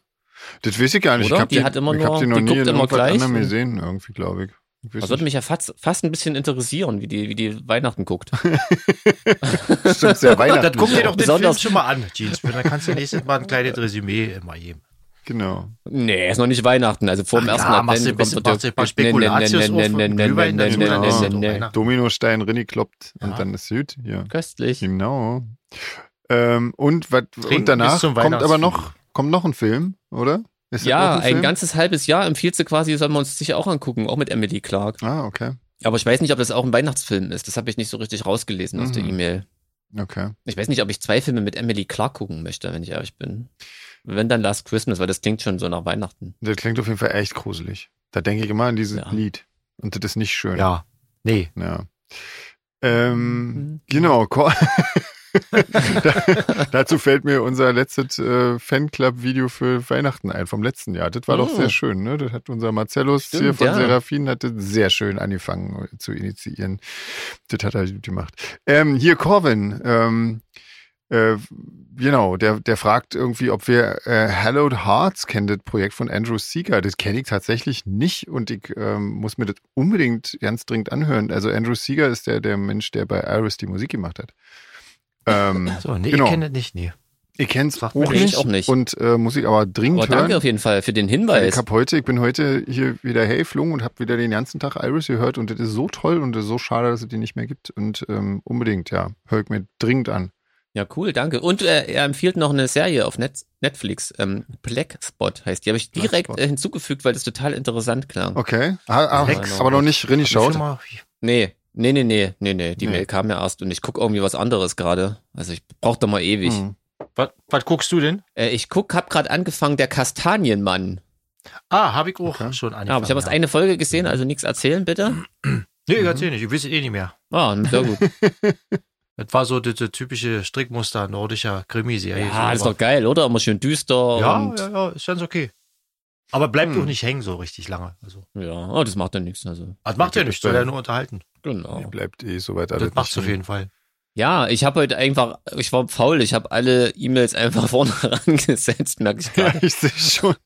Speaker 2: Das weiß ich gar nicht.
Speaker 3: Oder?
Speaker 2: Ich hab
Speaker 3: Die
Speaker 2: den,
Speaker 3: hat immer
Speaker 2: ich hab
Speaker 3: nur-
Speaker 2: den noch
Speaker 3: die
Speaker 2: nie
Speaker 3: guckt
Speaker 2: in
Speaker 3: immer
Speaker 2: irgendwas
Speaker 3: gleich
Speaker 2: anderem
Speaker 3: und-
Speaker 2: gesehen, irgendwie, glaube ich. ich weiß
Speaker 3: das würde mich
Speaker 2: nicht.
Speaker 3: ja fast, fast ein bisschen interessieren, wie die, wie die Weihnachten guckt.
Speaker 2: Stimmt, sehr
Speaker 1: Dann
Speaker 2: weihnachtlich.
Speaker 1: guck dir doch den
Speaker 2: auch.
Speaker 1: Film
Speaker 3: Besonders-
Speaker 1: schon mal an, Jeans. Dann kannst du nächstes Mal ein kleines Resümee mal geben.
Speaker 2: Genau.
Speaker 3: Nee, ist noch nicht Weihnachten. Also vor dem
Speaker 2: Ah,
Speaker 1: Ach
Speaker 3: ersten
Speaker 1: ja, machst du ein bisschen- machst du ein paar Spekulatius auf und Glühwein dazu,
Speaker 2: dann ist es
Speaker 3: Advent.
Speaker 1: doch
Speaker 3: Nee,
Speaker 1: Weihnachten.
Speaker 2: Dominostein Rinni kloppt
Speaker 1: Ja.
Speaker 2: und dann ist Süd. Ja.
Speaker 3: Köstlich.
Speaker 2: Genau. Ähm, und, wat,
Speaker 1: Trinken
Speaker 2: und danach
Speaker 1: bis zum
Speaker 2: kommt aber
Speaker 1: Weihnachtsfest.
Speaker 2: noch, kommt noch ein Film, oder? Ist das
Speaker 3: Ja,
Speaker 2: noch
Speaker 3: ein ganzes halbes Jahr empfiehlt sie quasi, sollen wir uns sicher auch angucken, auch mit Emily Clark.
Speaker 2: Ah, okay.
Speaker 3: Aber ich weiß nicht, ob das auch ein Weihnachtsfilm ist. Das habe ich nicht so richtig rausgelesen aus
Speaker 2: Mhm.
Speaker 3: der E-Mail.
Speaker 2: Okay.
Speaker 3: Ich weiß nicht, ob ich zwei Filme mit Emily Clark gucken möchte, wenn ich ehrlich bin. Wenn dann Last Christmas, weil das klingt schon so nach Weihnachten.
Speaker 2: Das klingt auf jeden Fall echt gruselig. Da denke ich immer an dieses
Speaker 3: Ja.
Speaker 2: Lied. Und das ist nicht schön.
Speaker 1: Ja. Nee.
Speaker 2: Ja.
Speaker 3: Mhm.
Speaker 2: Ähm, genau. Cor- da, dazu fällt mir unser letztes äh, Fanclub-Video für Weihnachten ein, vom letzten Jahr. Das war doch
Speaker 3: Oh.
Speaker 2: sehr schön, ne? Das hat unser Marcellus
Speaker 3: Stimmt,
Speaker 2: hier von
Speaker 3: ja.
Speaker 2: Seraphin hat das sehr schön angefangen äh, zu initiieren. Das hat er gut gemacht. Ähm, hier Corvin, ähm, äh, genau, der, der fragt irgendwie, ob wir äh, Hallowed Hearts kennen, das Projekt von Andrew Seeger. Das kenne ich tatsächlich nicht und ich ähm, muss mir das unbedingt ganz dringend anhören. Also Andrew Seeger ist der, der Mensch, der bei Iris die Musik gemacht hat. Ähm,
Speaker 3: Also,
Speaker 1: So, nee,
Speaker 2: Genau.
Speaker 1: ich kenne das nicht. Nee.
Speaker 2: ich kenne es
Speaker 1: Sagt mir
Speaker 2: auch, nicht
Speaker 3: auch nicht.
Speaker 2: und äh, muss ich aber dringend
Speaker 3: Aber
Speaker 2: hören.
Speaker 3: danke auf jeden Fall für den
Speaker 2: Weil Ich
Speaker 3: Hinweis.
Speaker 2: hab heute, ich bin heute hier wieder hergeflogen und habe wieder den ganzen Tag Iris gehört und das ist so toll und das ist so schade, dass es die nicht mehr gibt. Und ähm, unbedingt, ja, hör ich mir dringend an.
Speaker 3: Ja, cool, danke. Und äh, er empfiehlt noch eine Serie auf Net Netflix. Ähm, Black Spot heißt die. Habe ich
Speaker 2: Black
Speaker 3: direkt
Speaker 2: Spot.
Speaker 3: äh, hinzugefugt, weil das total interessant klang.
Speaker 2: Okay. Ah, ah,
Speaker 1: Sechs.
Speaker 2: aber noch nicht
Speaker 1: Hab
Speaker 2: Rinni
Speaker 1: ich
Speaker 2: schaut.
Speaker 1: schon mal-
Speaker 3: Nee, nee, nee, nee, nee, nee. Die
Speaker 2: Nee.
Speaker 3: Mail kam ja erst und ich guck irgendwie was anderes gerade. Also ich brauch doch mal ewig.
Speaker 2: Hm.
Speaker 1: Was, was guckst du denn?
Speaker 3: Äh, ich guck, hab gerade angefangen, der Kastanienmann.
Speaker 1: Ah, habe ich auch
Speaker 2: Okay.
Speaker 1: schon angefangen.
Speaker 3: Ja, aber ich habe erst Mhm.
Speaker 1: ja.
Speaker 3: eine Folge gesehen, also nichts erzählen
Speaker 2: Hm.
Speaker 3: bitte.
Speaker 1: Nee, ich erzähl nicht. Ich weiß es eh nicht mehr.
Speaker 3: Ah, sehr gut.
Speaker 1: Das war so das, das typische Strickmuster nordischer Krimiserie.
Speaker 3: ja, das
Speaker 1: so,
Speaker 3: ist doch geil, oder? Immer schön düster
Speaker 1: ja,
Speaker 3: und
Speaker 1: ja, ja, ist ganz okay. Aber bleibt
Speaker 2: Hm.
Speaker 1: doch nicht hängen so richtig lange. Also,
Speaker 3: ja, oh, das macht dann nichts. Also
Speaker 1: das macht ja
Speaker 2: das
Speaker 1: nichts,
Speaker 2: ist
Speaker 1: soll ja
Speaker 2: dann-
Speaker 1: nur unterhalten.
Speaker 2: Die
Speaker 3: genau.
Speaker 2: bleibt eh soweit alles.
Speaker 1: Das macht's
Speaker 2: nicht
Speaker 1: auf jeden Fall.
Speaker 3: Ja, ich habe heute einfach, ich war faul, ich habe alle E-Mails einfach vorne rangesetzt, merke ich
Speaker 2: Ja,
Speaker 3: gerade.
Speaker 2: ich sehe schon.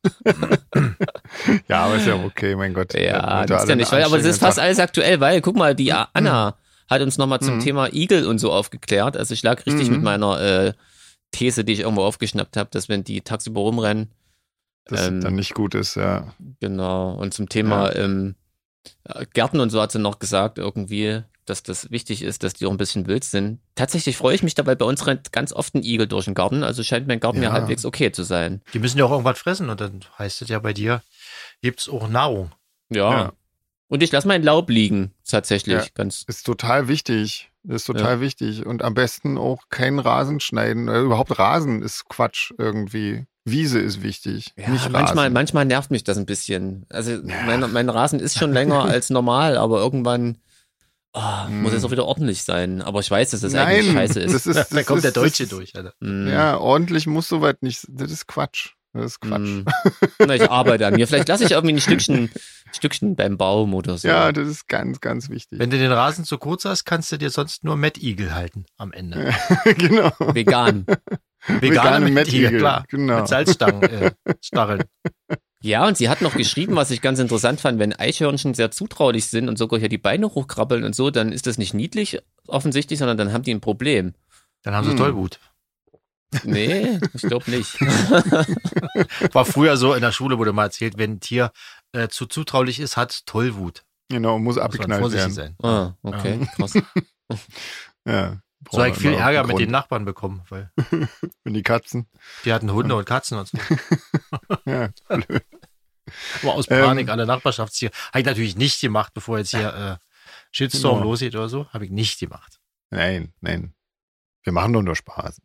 Speaker 2: ja, aber ist ja okay, mein Gott.
Speaker 3: Ja,
Speaker 2: Mit
Speaker 3: das ist
Speaker 2: alle
Speaker 3: ja nicht, weil, aber das ist fast alles aktuell, weil, guck mal, die Anna hat uns nochmal zum
Speaker 2: Mhm.
Speaker 3: Thema Igel und so aufgeklärt. Also ich lag richtig
Speaker 2: Mhm.
Speaker 3: mit meiner äh, These, die ich irgendwo aufgeschnappt habe, dass wenn die tagsüber rumrennen,
Speaker 2: Das
Speaker 3: ähm,
Speaker 2: dann nicht gut ist, ja.
Speaker 3: genau, und zum Thema ähm, Gärten und so hat sie noch gesagt, irgendwie, dass das wichtig ist, dass die auch ein bisschen wild sind. Tatsächlich freue ich mich dabei, bei uns rennt ganz oft ein Igel durch den Garten, also scheint mein Garten ja,
Speaker 2: Ja.
Speaker 3: halbwegs okay zu sein.
Speaker 1: Die müssen ja auch irgendwas fressen und dann heißt es ja bei dir, gibt's auch Nahrung.
Speaker 3: Ja.
Speaker 2: Ja.
Speaker 3: Und ich lasse mein Laub liegen, tatsächlich,
Speaker 2: Ja.
Speaker 3: ganz.
Speaker 2: Ist total wichtig. Ist total wichtig. Und am besten auch keinen Rasen schneiden. Äh, überhaupt Rasen ist Quatsch irgendwie. Wiese ist wichtig.
Speaker 3: Ja,
Speaker 2: nicht
Speaker 3: manchmal,
Speaker 2: Rasen.
Speaker 3: manchmal nervt mich das ein bisschen. Also mein, mein Rasen ist schon länger als normal, aber irgendwann, Ah, Muss jetzt auch wieder ordentlich sein. Aber ich weiß, dass das
Speaker 2: Hm. Nein,
Speaker 3: eigentlich scheiße ist.
Speaker 2: Das ist das
Speaker 1: da kommt
Speaker 2: ist,
Speaker 1: der Deutsche
Speaker 2: das,
Speaker 1: durch, Alter.
Speaker 3: Mm,
Speaker 2: Ja, ordentlich muss soweit nicht. Das ist Quatsch. Das ist Quatsch.
Speaker 3: mm. Na, ich arbeite an mir. Vielleicht lasse ich irgendwie ein Stückchen, Stückchen beim Baum oder so.
Speaker 2: Ja, das ist ganz, ganz wichtig.
Speaker 1: Wenn du den Rasen zu kurz hast, kannst du dir sonst nur Mad Eagle halten am Ende.
Speaker 2: genau.
Speaker 3: Vegan.
Speaker 2: Vegane Mad Eagle,
Speaker 1: klar.
Speaker 2: genau.
Speaker 1: Mit Salzstangen, äh, Stacheln.
Speaker 3: Ja, und sie hat noch geschrieben, was ich ganz interessant fand, wenn Eichhörnchen sehr zutraulich sind und sogar hier die Beine hochkrabbeln und so, dann ist das nicht niedlich offensichtlich, sondern dann haben die ein Problem.
Speaker 1: Dann haben sie
Speaker 2: Hm.
Speaker 1: Tollwut.
Speaker 3: Nee, ich glaube nicht.
Speaker 1: War früher so in der Schule, wurde mal erzählt, wenn ein Tier äh, zu zutraulich ist, hat Tollwut.
Speaker 2: Genau,
Speaker 1: Muss
Speaker 2: muss
Speaker 1: man
Speaker 2: abgeknallt
Speaker 1: vorsichtig
Speaker 2: werden.
Speaker 1: sein.
Speaker 3: Ah, okay, krass.
Speaker 2: Ja.
Speaker 1: So habe ich viel
Speaker 2: Brauchen wir
Speaker 1: Ärger
Speaker 2: einen
Speaker 1: mit den
Speaker 2: Grund.
Speaker 1: Nachbarn bekommen, weil
Speaker 2: Mit den Katzen.
Speaker 1: die hatten Hunde und Katzen und so.
Speaker 2: Ja.
Speaker 1: Aber aus
Speaker 2: Ähm.
Speaker 1: Panik alle Nachbarschaftstiere. Habe ich natürlich nicht gemacht, bevor jetzt hier äh, Shitstorm
Speaker 2: Genau.
Speaker 1: losgeht oder so. Habe ich nicht gemacht.
Speaker 2: Nein, nein. Wir machen doch nur Spaß.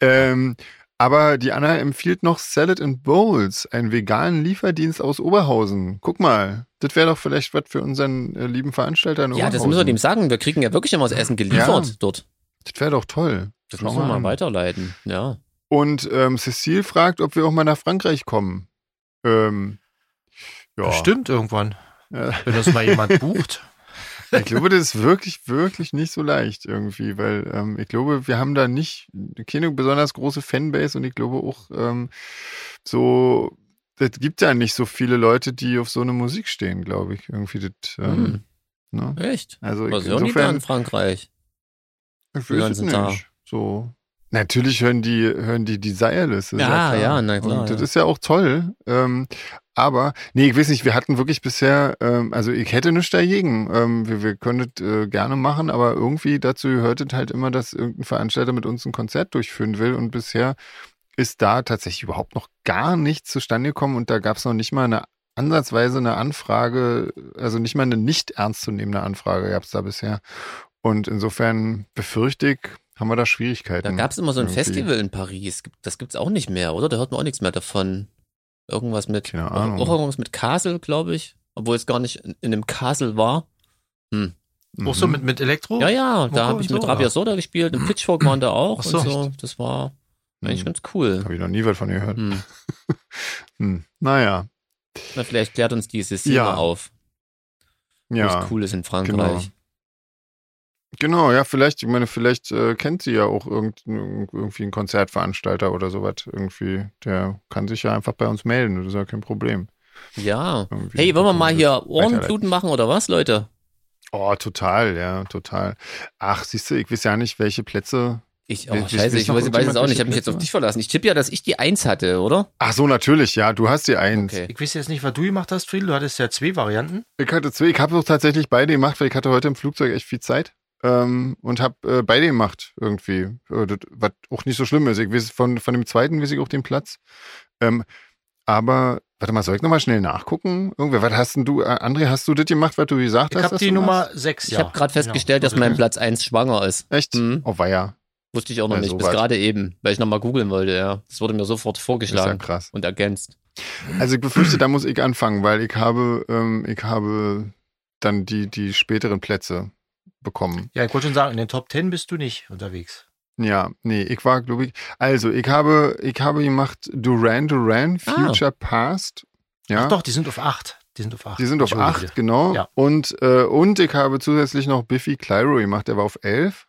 Speaker 2: Ähm, aber die Anna empfiehlt noch Salad and Bowls, einen veganen Lieferdienst aus Oberhausen. Guck mal, das wäre doch vielleicht was für unseren äh, lieben Veranstalter in
Speaker 3: Ja,
Speaker 2: Oberhausen.
Speaker 3: das müssen wir dem sagen. Wir kriegen ja wirklich immer das Essen geliefert
Speaker 2: Ja.
Speaker 3: dort.
Speaker 2: Das wäre doch toll.
Speaker 3: Das
Speaker 2: Schau
Speaker 3: müssen wir
Speaker 2: mal
Speaker 3: mal
Speaker 2: an.
Speaker 3: weiterleiten. Ja.
Speaker 2: Und ähm, Cecile fragt, ob wir auch mal nach Frankreich kommen. Ähm, ja.
Speaker 1: Bestimmt irgendwann,
Speaker 2: Ja.
Speaker 1: wenn das mal jemand bucht.
Speaker 2: Ich glaube, das ist wirklich, wirklich nicht so leicht irgendwie, weil ähm, ich glaube, wir haben da nicht keine besonders große Fanbase und ich glaube auch ähm, so, es gibt da nicht so viele Leute, die auf so eine Musik stehen, glaube ich. Irgendwie das, ähm, ne?
Speaker 3: Mm. Echt?
Speaker 2: Also ich,
Speaker 3: Was hören die Mhm. da in
Speaker 2: insofern,
Speaker 3: Frankreich?
Speaker 2: ich
Speaker 3: den
Speaker 2: weiß es
Speaker 3: ganzen Tag?
Speaker 2: nicht. So. Natürlich hören die, hören die Desireless. ist
Speaker 3: Ja, ja, na klar,
Speaker 2: Und
Speaker 3: ja.
Speaker 2: das ist ja auch toll. Ähm, aber, nee, ich weiß nicht, wir hatten wirklich bisher, ähm, also ich hätte nichts dagegen. Ähm, wir, wir können das äh, gerne machen, aber irgendwie dazu gehört es halt immer, dass irgendein Veranstalter mit uns ein Konzert durchführen will. Und bisher ist da tatsächlich überhaupt noch gar nichts zustande gekommen und da gab es noch nicht mal eine ansatzweise eine Anfrage, also nicht mal eine nicht ernstzunehmende Anfrage gab es da bisher. Und insofern befürchte ich, haben wir da Schwierigkeiten.
Speaker 3: Da gab es immer so ein
Speaker 2: Irgendwie.
Speaker 3: Festival in Paris. Gibt- Das gibt's auch nicht mehr, oder? Da hört man auch nichts mehr davon. Irgendwas mit,
Speaker 2: Keine
Speaker 3: auch
Speaker 2: Ahnung.
Speaker 3: auch irgendwas mit Castle, glaube ich. Obwohl es gar nicht in, in einem Castle war.
Speaker 1: Auch so
Speaker 2: Mhm.
Speaker 1: mit, mit Elektro?
Speaker 3: Ja, ja,
Speaker 1: Moko
Speaker 3: da habe
Speaker 1: und
Speaker 3: ich
Speaker 1: so,
Speaker 3: mit Rabia
Speaker 1: ja.
Speaker 3: Soda gespielt und Pitchfork waren da auch
Speaker 1: Ach so,
Speaker 3: und so. Das war eigentlich ganz cool.
Speaker 2: Habe Hm. ich noch nie was von gehört.
Speaker 3: Hm.
Speaker 2: Hm. Naja,
Speaker 3: Na, vielleicht klärt uns die Cecile
Speaker 2: Ja.
Speaker 3: mal auf,
Speaker 2: ja.
Speaker 3: was cool ist in
Speaker 2: Genau.
Speaker 3: Frankreich.
Speaker 2: Genau, ja, vielleicht, ich meine, vielleicht äh, kennt sie ja auch irgendein, irgendwie einen Konzertveranstalter oder sowas. Irgendwie, der kann sich ja einfach bei uns melden, das ist ja kein Problem.
Speaker 3: Ja.
Speaker 2: Irgendwie
Speaker 3: Hey, wollen wir mal
Speaker 2: können
Speaker 3: hier
Speaker 2: weiterleiten.
Speaker 3: Ohrenbluten machen oder was, Leute?
Speaker 2: Oh, total, ja, total. Ach, siehst du, ich weiß ja nicht, welche Plätze.
Speaker 3: Ich,
Speaker 2: Wer-
Speaker 3: oh,
Speaker 2: wer-
Speaker 3: scheiße,
Speaker 2: wer-
Speaker 3: ich
Speaker 2: noch
Speaker 3: weiß, weiß es
Speaker 2: irgendjemand
Speaker 3: auch nicht. Ich
Speaker 2: welche
Speaker 3: habe mich jetzt auf
Speaker 2: Plätze?
Speaker 3: dich verlassen. Ich tippe ja, dass ich die Eins hatte, oder?
Speaker 2: Ach so, natürlich, ja, du hast die eins.
Speaker 3: Okay.
Speaker 1: Ich weiß jetzt nicht, was du gemacht hast, Friedel. Du hattest ja zwei Varianten.
Speaker 2: Ich hatte zwei, ich habe doch tatsächlich beide gemacht, weil ich hatte heute im Flugzeug echt viel Zeit ähm, und habe äh, beide gemacht irgendwie, äh, das, was auch nicht so schlimm ist. Ich weiß, von, von dem zweiten weiß ich auch den Platz. Ähm, aber, warte mal, soll ich nochmal schnell nachgucken? Irgendwer, was hast denn du, äh, André, hast du das gemacht, was du gesagt
Speaker 1: Ich
Speaker 2: hast?
Speaker 1: habe
Speaker 2: dass
Speaker 1: die
Speaker 2: du
Speaker 1: Nummer
Speaker 2: machst?
Speaker 1: 6.
Speaker 3: Ich habe gerade festgestellt, dass mein Platz 1 schwanger ist.
Speaker 2: Echt?
Speaker 3: Mhm.
Speaker 2: Oh, weia.
Speaker 3: Wusste ich auch noch
Speaker 2: Ja,
Speaker 3: nicht,
Speaker 2: so
Speaker 3: bis
Speaker 2: weit.
Speaker 3: gerade eben, weil ich nochmal googeln wollte, ja. Das wurde mir sofort
Speaker 2: Ist ja
Speaker 3: vorgeschlagen
Speaker 2: krass.
Speaker 3: und ergänzt.
Speaker 2: Also ich befürchte, da muss ich anfangen, weil ich habe, ähm, ich habe dann die, die späteren Plätze bekommen.
Speaker 1: Ja, ich wollte schon sagen, in den Top 10 bist du nicht unterwegs.
Speaker 2: Ja, nee, ich war, glaube ich, also ich habe, ich habe gemacht Duran Duran,
Speaker 3: Ah.
Speaker 2: Future Past. Ja,
Speaker 1: Ach doch, die sind auf 8. Die sind auf 8.
Speaker 2: die sind auf 8, genau.
Speaker 1: Ja.
Speaker 2: Und, äh, und ich habe zusätzlich noch Biffy Clyro gemacht, der war auf 11.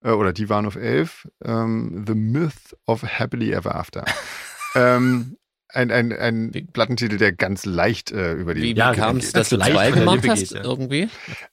Speaker 2: Äh, oder die waren auf 11. Ähm, The Myth of Happily Ever After. ähm, ein, ein, ein
Speaker 3: Wie-
Speaker 2: Plattentitel, der ganz leicht äh, über die
Speaker 3: Wie,
Speaker 1: Ja,
Speaker 3: wie kam
Speaker 1: ganz
Speaker 3: es, dass du
Speaker 1: leicht
Speaker 3: zwei
Speaker 1: von der
Speaker 3: gemacht
Speaker 1: Lippe
Speaker 3: hast
Speaker 1: geht, ja.
Speaker 3: irgendwie?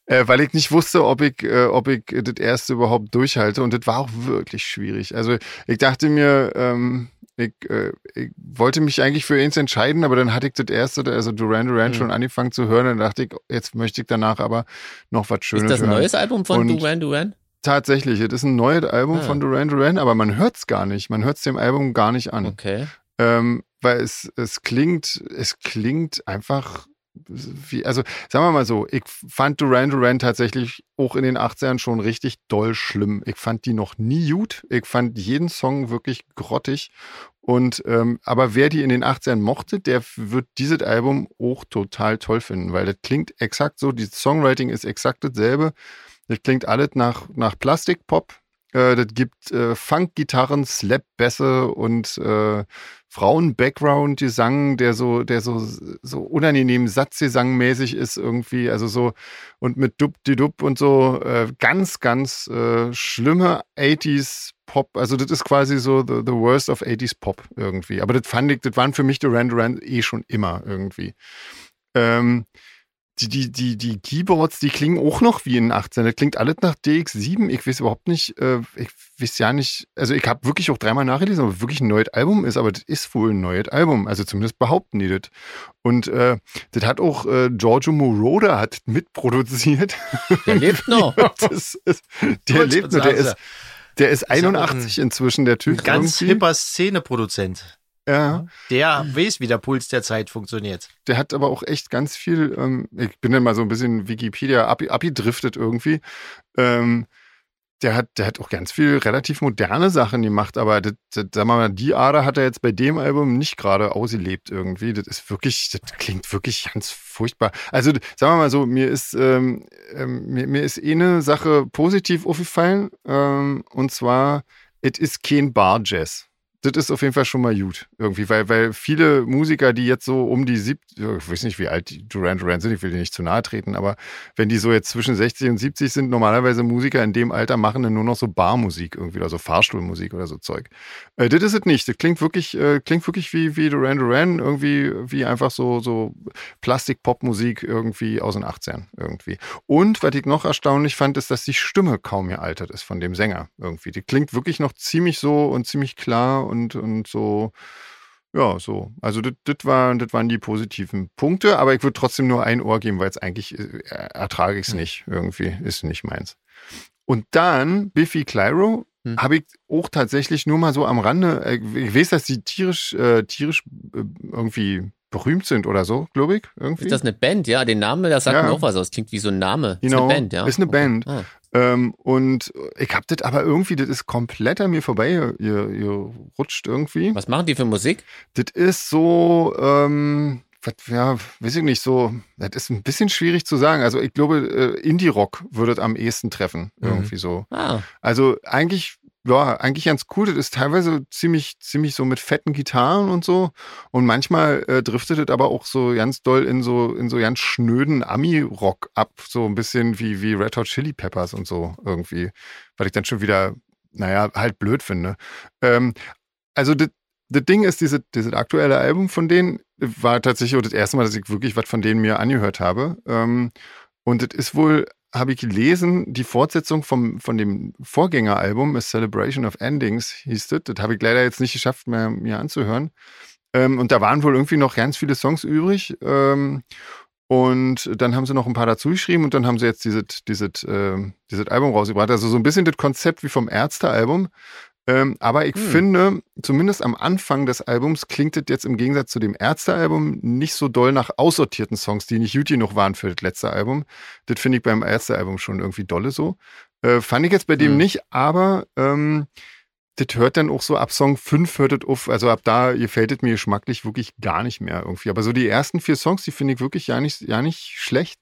Speaker 2: Äh, weil ich nicht wusste, ob ich, äh, ob ich äh, das erste überhaupt durchhalte. Und das war auch wirklich schwierig. Also ich dachte mir, ähm, ich, äh, ich wollte mich eigentlich für eins entscheiden, aber dann hatte ich das erste, also Duran Duran
Speaker 3: Mhm.
Speaker 1: Hm.
Speaker 2: schon angefangen zu hören. Dann dachte ich, jetzt möchte ich danach aber noch was Schönes
Speaker 3: Ist das ein
Speaker 2: hören.
Speaker 3: neues Album von
Speaker 2: Und-
Speaker 3: Duran Duran?
Speaker 2: Tatsächlich, das ist ein neues Album
Speaker 3: Ah.
Speaker 2: von Duran Duran, aber man hört es gar nicht. Man hört es dem Album gar nicht an.
Speaker 3: Okay.
Speaker 2: Ähm, weil es, es klingt, es klingt einfach wie, also sagen wir mal so, ich fand Duran Duran tatsächlich auch in den 80ern schon richtig doll schlimm. Ich fand die noch nie gut. Ich fand jeden Song wirklich grottig. Und ähm, aber wer die in den 80ern mochte, der wird dieses Album auch total toll finden, weil das klingt exakt so, das Songwriting ist exakt dasselbe. Das klingt alles nach, nach Plastikpop. Äh, das gibt äh, Funk-Gitarren, Slap-Bässe und äh, Frauen-Background-Gesang, der so, der so, so unangenehm Satzgesang-mäßig ist irgendwie. Also so und mit dub di dub und so äh, ganz, ganz äh, schlimme 80s Pop. Also das ist quasi so the, the worst of 80s Pop irgendwie. Aber das fand ich, das waren für mich Duran Duran eh schon immer irgendwie. Ähm, die, die, die, die Keyboards, die klingen auch noch wie in 18. Das klingt alles nach DX7. Ich weiß überhaupt nicht, äh, ich weiß ja nicht, also ich habe wirklich auch dreimal nachgelesen, ob wirklich ein neues Album ist, aber das ist wohl ein neues Album. Also zumindest behaupten die das. Und äh, das hat auch äh, Giorgio Moroder hat mitproduziert.
Speaker 3: Der lebt noch.
Speaker 2: Ja, das ist, der
Speaker 1: Kurz
Speaker 2: lebt
Speaker 1: und
Speaker 2: noch, der
Speaker 1: sagen
Speaker 2: ist, der ist
Speaker 1: ja auch ein-
Speaker 2: 81 inzwischen, der Typ.
Speaker 1: Ganz
Speaker 2: irgendwie.
Speaker 1: hipper Szeneproduzent.
Speaker 2: Ja.
Speaker 1: Der weiß, wie der Puls der Zeit funktioniert.
Speaker 2: der hat aber auch echt ganz viel, ähm, ich bin dann mal so ein bisschen Wikipedia ab- abgedriftet irgendwie. Ähm, der hat, der hat auch ganz viel relativ moderne Sachen gemacht, aber das, das, sagen wir mal, die Ader hat er jetzt bei dem Album nicht gerade ausgelebt irgendwie. Das ist wirklich, das klingt wirklich ganz furchtbar. Also d- sagen wir mal so, mir ist, ähm, ähm, mir, mir ist eh eine Sache positiv aufgefallen, ähm, und zwar, es ist kein Bar-Jazz das ist auf jeden Fall schon mal gut. Irgendwie, weil, weil viele Musiker, die jetzt so um die 70, ich weiß nicht, wie alt die Duran Duran sind, ich will dir nicht zu nahe treten, aber wenn die so jetzt zwischen 60 und 70 sind, normalerweise Musiker in dem Alter machen dann nur noch so Barmusik irgendwie oder so Fahrstuhlmusik oder so Zeug. Äh, das ist es nicht. Das klingt wirklich, äh, klingt wirklich wie, wie Duran Duran, irgendwie, wie einfach so, so Plastik-Pop-Musik irgendwie aus den 80ern irgendwie. Und was ich noch erstaunlich fand, ist, dass die Stimme kaum gealtert ist von dem Sänger irgendwie. Die klingt wirklich noch ziemlich so und ziemlich klar und, und so. Ja, so. Also das das waren, das waren die positiven Punkte, aber ich würde trotzdem nur ein Ohr geben, weil es eigentlich äh, ertrage ich es nicht. Irgendwie ist nicht meins. Und dann Biffy Clyro
Speaker 3: Hm.
Speaker 2: habe ich auch tatsächlich nur mal so am Rande. äh, Ich weiß, dass die tierisch, äh, tierisch äh, irgendwie berühmt sind oder so, glaube ich. Irgendwie.
Speaker 3: Ist das eine Band? Ja, den Namen, das sagt
Speaker 2: Ja.
Speaker 3: mir auch was aus. Klingt wie so ein Name. Ist
Speaker 2: Genau,
Speaker 3: eine Band, ja.
Speaker 2: ist eine Band.
Speaker 3: Ah.
Speaker 2: Ähm, und ich habe das aber irgendwie, das ist komplett an mir vorbei, ihr, ihr, ihr rutscht irgendwie.
Speaker 3: Was machen die für Musik?
Speaker 2: Das ist so, ähm, was, ja, weiß ich nicht, so, das ist ein bisschen schwierig zu sagen. Also ich glaube, äh, Indie-Rock würde das am ehesten treffen,
Speaker 3: Mhm.
Speaker 2: irgendwie so.
Speaker 3: Ah,
Speaker 2: Also eigentlich, ja, eigentlich ganz cool. Das ist teilweise ziemlich, ziemlich so mit fetten Gitarren und so. Und manchmal äh, driftet es aber auch so ganz doll in so, in so ganz schnöden Ami-Rock ab. So ein bisschen wie, wie Red Hot Chili Peppers und so irgendwie. Weil ich dann schon wieder, naja, halt blöd finde. Ähm, also das das Ding ist, dieses dieses aktuelle Album von denen war tatsächlich auch das erste Mal, dass ich wirklich was von denen mir angehört habe. Ähm, und das ist wohl, habe ich gelesen, die Fortsetzung vom, von dem Vorgängeralbum, A Celebration of Endings, hieß das. Das habe ich leider jetzt nicht geschafft, mir, mir anzuhören. Ähm, und da waren wohl irgendwie noch ganz viele Songs übrig. Ähm, und dann haben sie noch ein paar dazu geschrieben und dann haben sie jetzt dieses, dieses, ähm, dieses Album rausgebracht. Also so ein bisschen das Konzept wie vom Ärzte-Album. Ähm, aber ich
Speaker 3: Hm.
Speaker 2: finde, zumindest am Anfang des Albums klingt es jetzt im Gegensatz zu dem Ärzte-Album nicht so doll nach aussortierten Songs, die nicht gut genug waren für das letzte Album. Das finde ich beim Ärzte-Album schon irgendwie dolle so. Äh, fand ich jetzt bei dem
Speaker 3: Hm.
Speaker 2: nicht, aber ähm, das hört dann auch so ab Song 5 hört es auf. Also ab da gefällt es mir geschmacklich wirklich gar nicht mehr irgendwie. Aber so die ersten vier Songs, die finde ich wirklich ja nicht, ja nicht schlecht.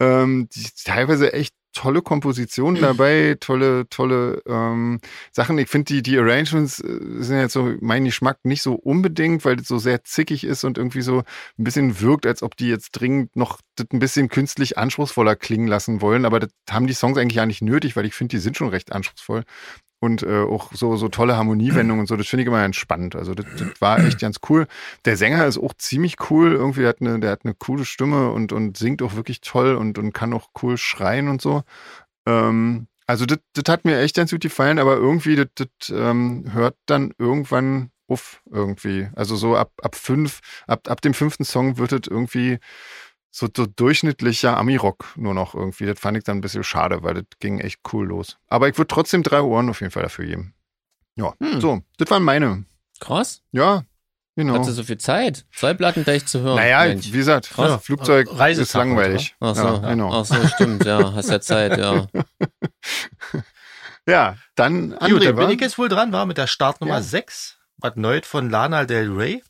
Speaker 2: Ähm, die, teilweise echt tolle Kompositionen dabei, tolle, tolle ähm, Sachen. Ich finde die, die Arrangements äh, sind jetzt so mein Geschmack nicht so unbedingt, weil das so sehr zickig ist und irgendwie so ein bisschen wirkt, als ob die jetzt dringend noch das ein bisschen künstlich anspruchsvoller klingen lassen wollen. Aber das haben die Songs eigentlich ja nicht nötig, weil ich finde, die sind schon recht anspruchsvoll. Und äh, auch so, so tolle Harmoniewendungen und so, das finde ich immer ganz spannend. Also das, das war echt ganz cool. Der Sänger ist auch ziemlich cool. Irgendwie der hat eine, der hat eine coole Stimme und, und singt auch wirklich toll und, und kann auch cool schreien und so. Ähm, also das, das hat mir echt ganz gut gefallen, aber irgendwie das, das ähm, hört dann irgendwann auf irgendwie. Also so ab, ab fünf, ab, ab dem fünften Song wird das irgendwie so, so durchschnittlicher Ami-Rock nur noch irgendwie. Das fand ich dann ein bisschen schade, weil das ging echt cool los. Aber ich würde trotzdem drei Ohren auf jeden Fall dafür geben. Ja,
Speaker 3: Hm.
Speaker 2: so, das waren meine.
Speaker 3: krass.
Speaker 2: Ja, genau.
Speaker 3: Hatte so viel Zeit. Zwei Platten gleich zu hören.
Speaker 2: Naja,
Speaker 3: Mensch.
Speaker 2: wie gesagt,
Speaker 3: Krass.
Speaker 2: ja, Flugzeug
Speaker 1: Reise
Speaker 2: ist langweilig.
Speaker 3: Ach so,
Speaker 2: ja, genau.
Speaker 3: ach so, stimmt, ja, hast ja Zeit, ja.
Speaker 2: ja, dann André,
Speaker 1: Gut, dann
Speaker 2: wa?
Speaker 1: bin ich jetzt wohl dran, war mit der Startnummer
Speaker 2: Ja.
Speaker 1: 6. Was Neues von Lana Del Rey.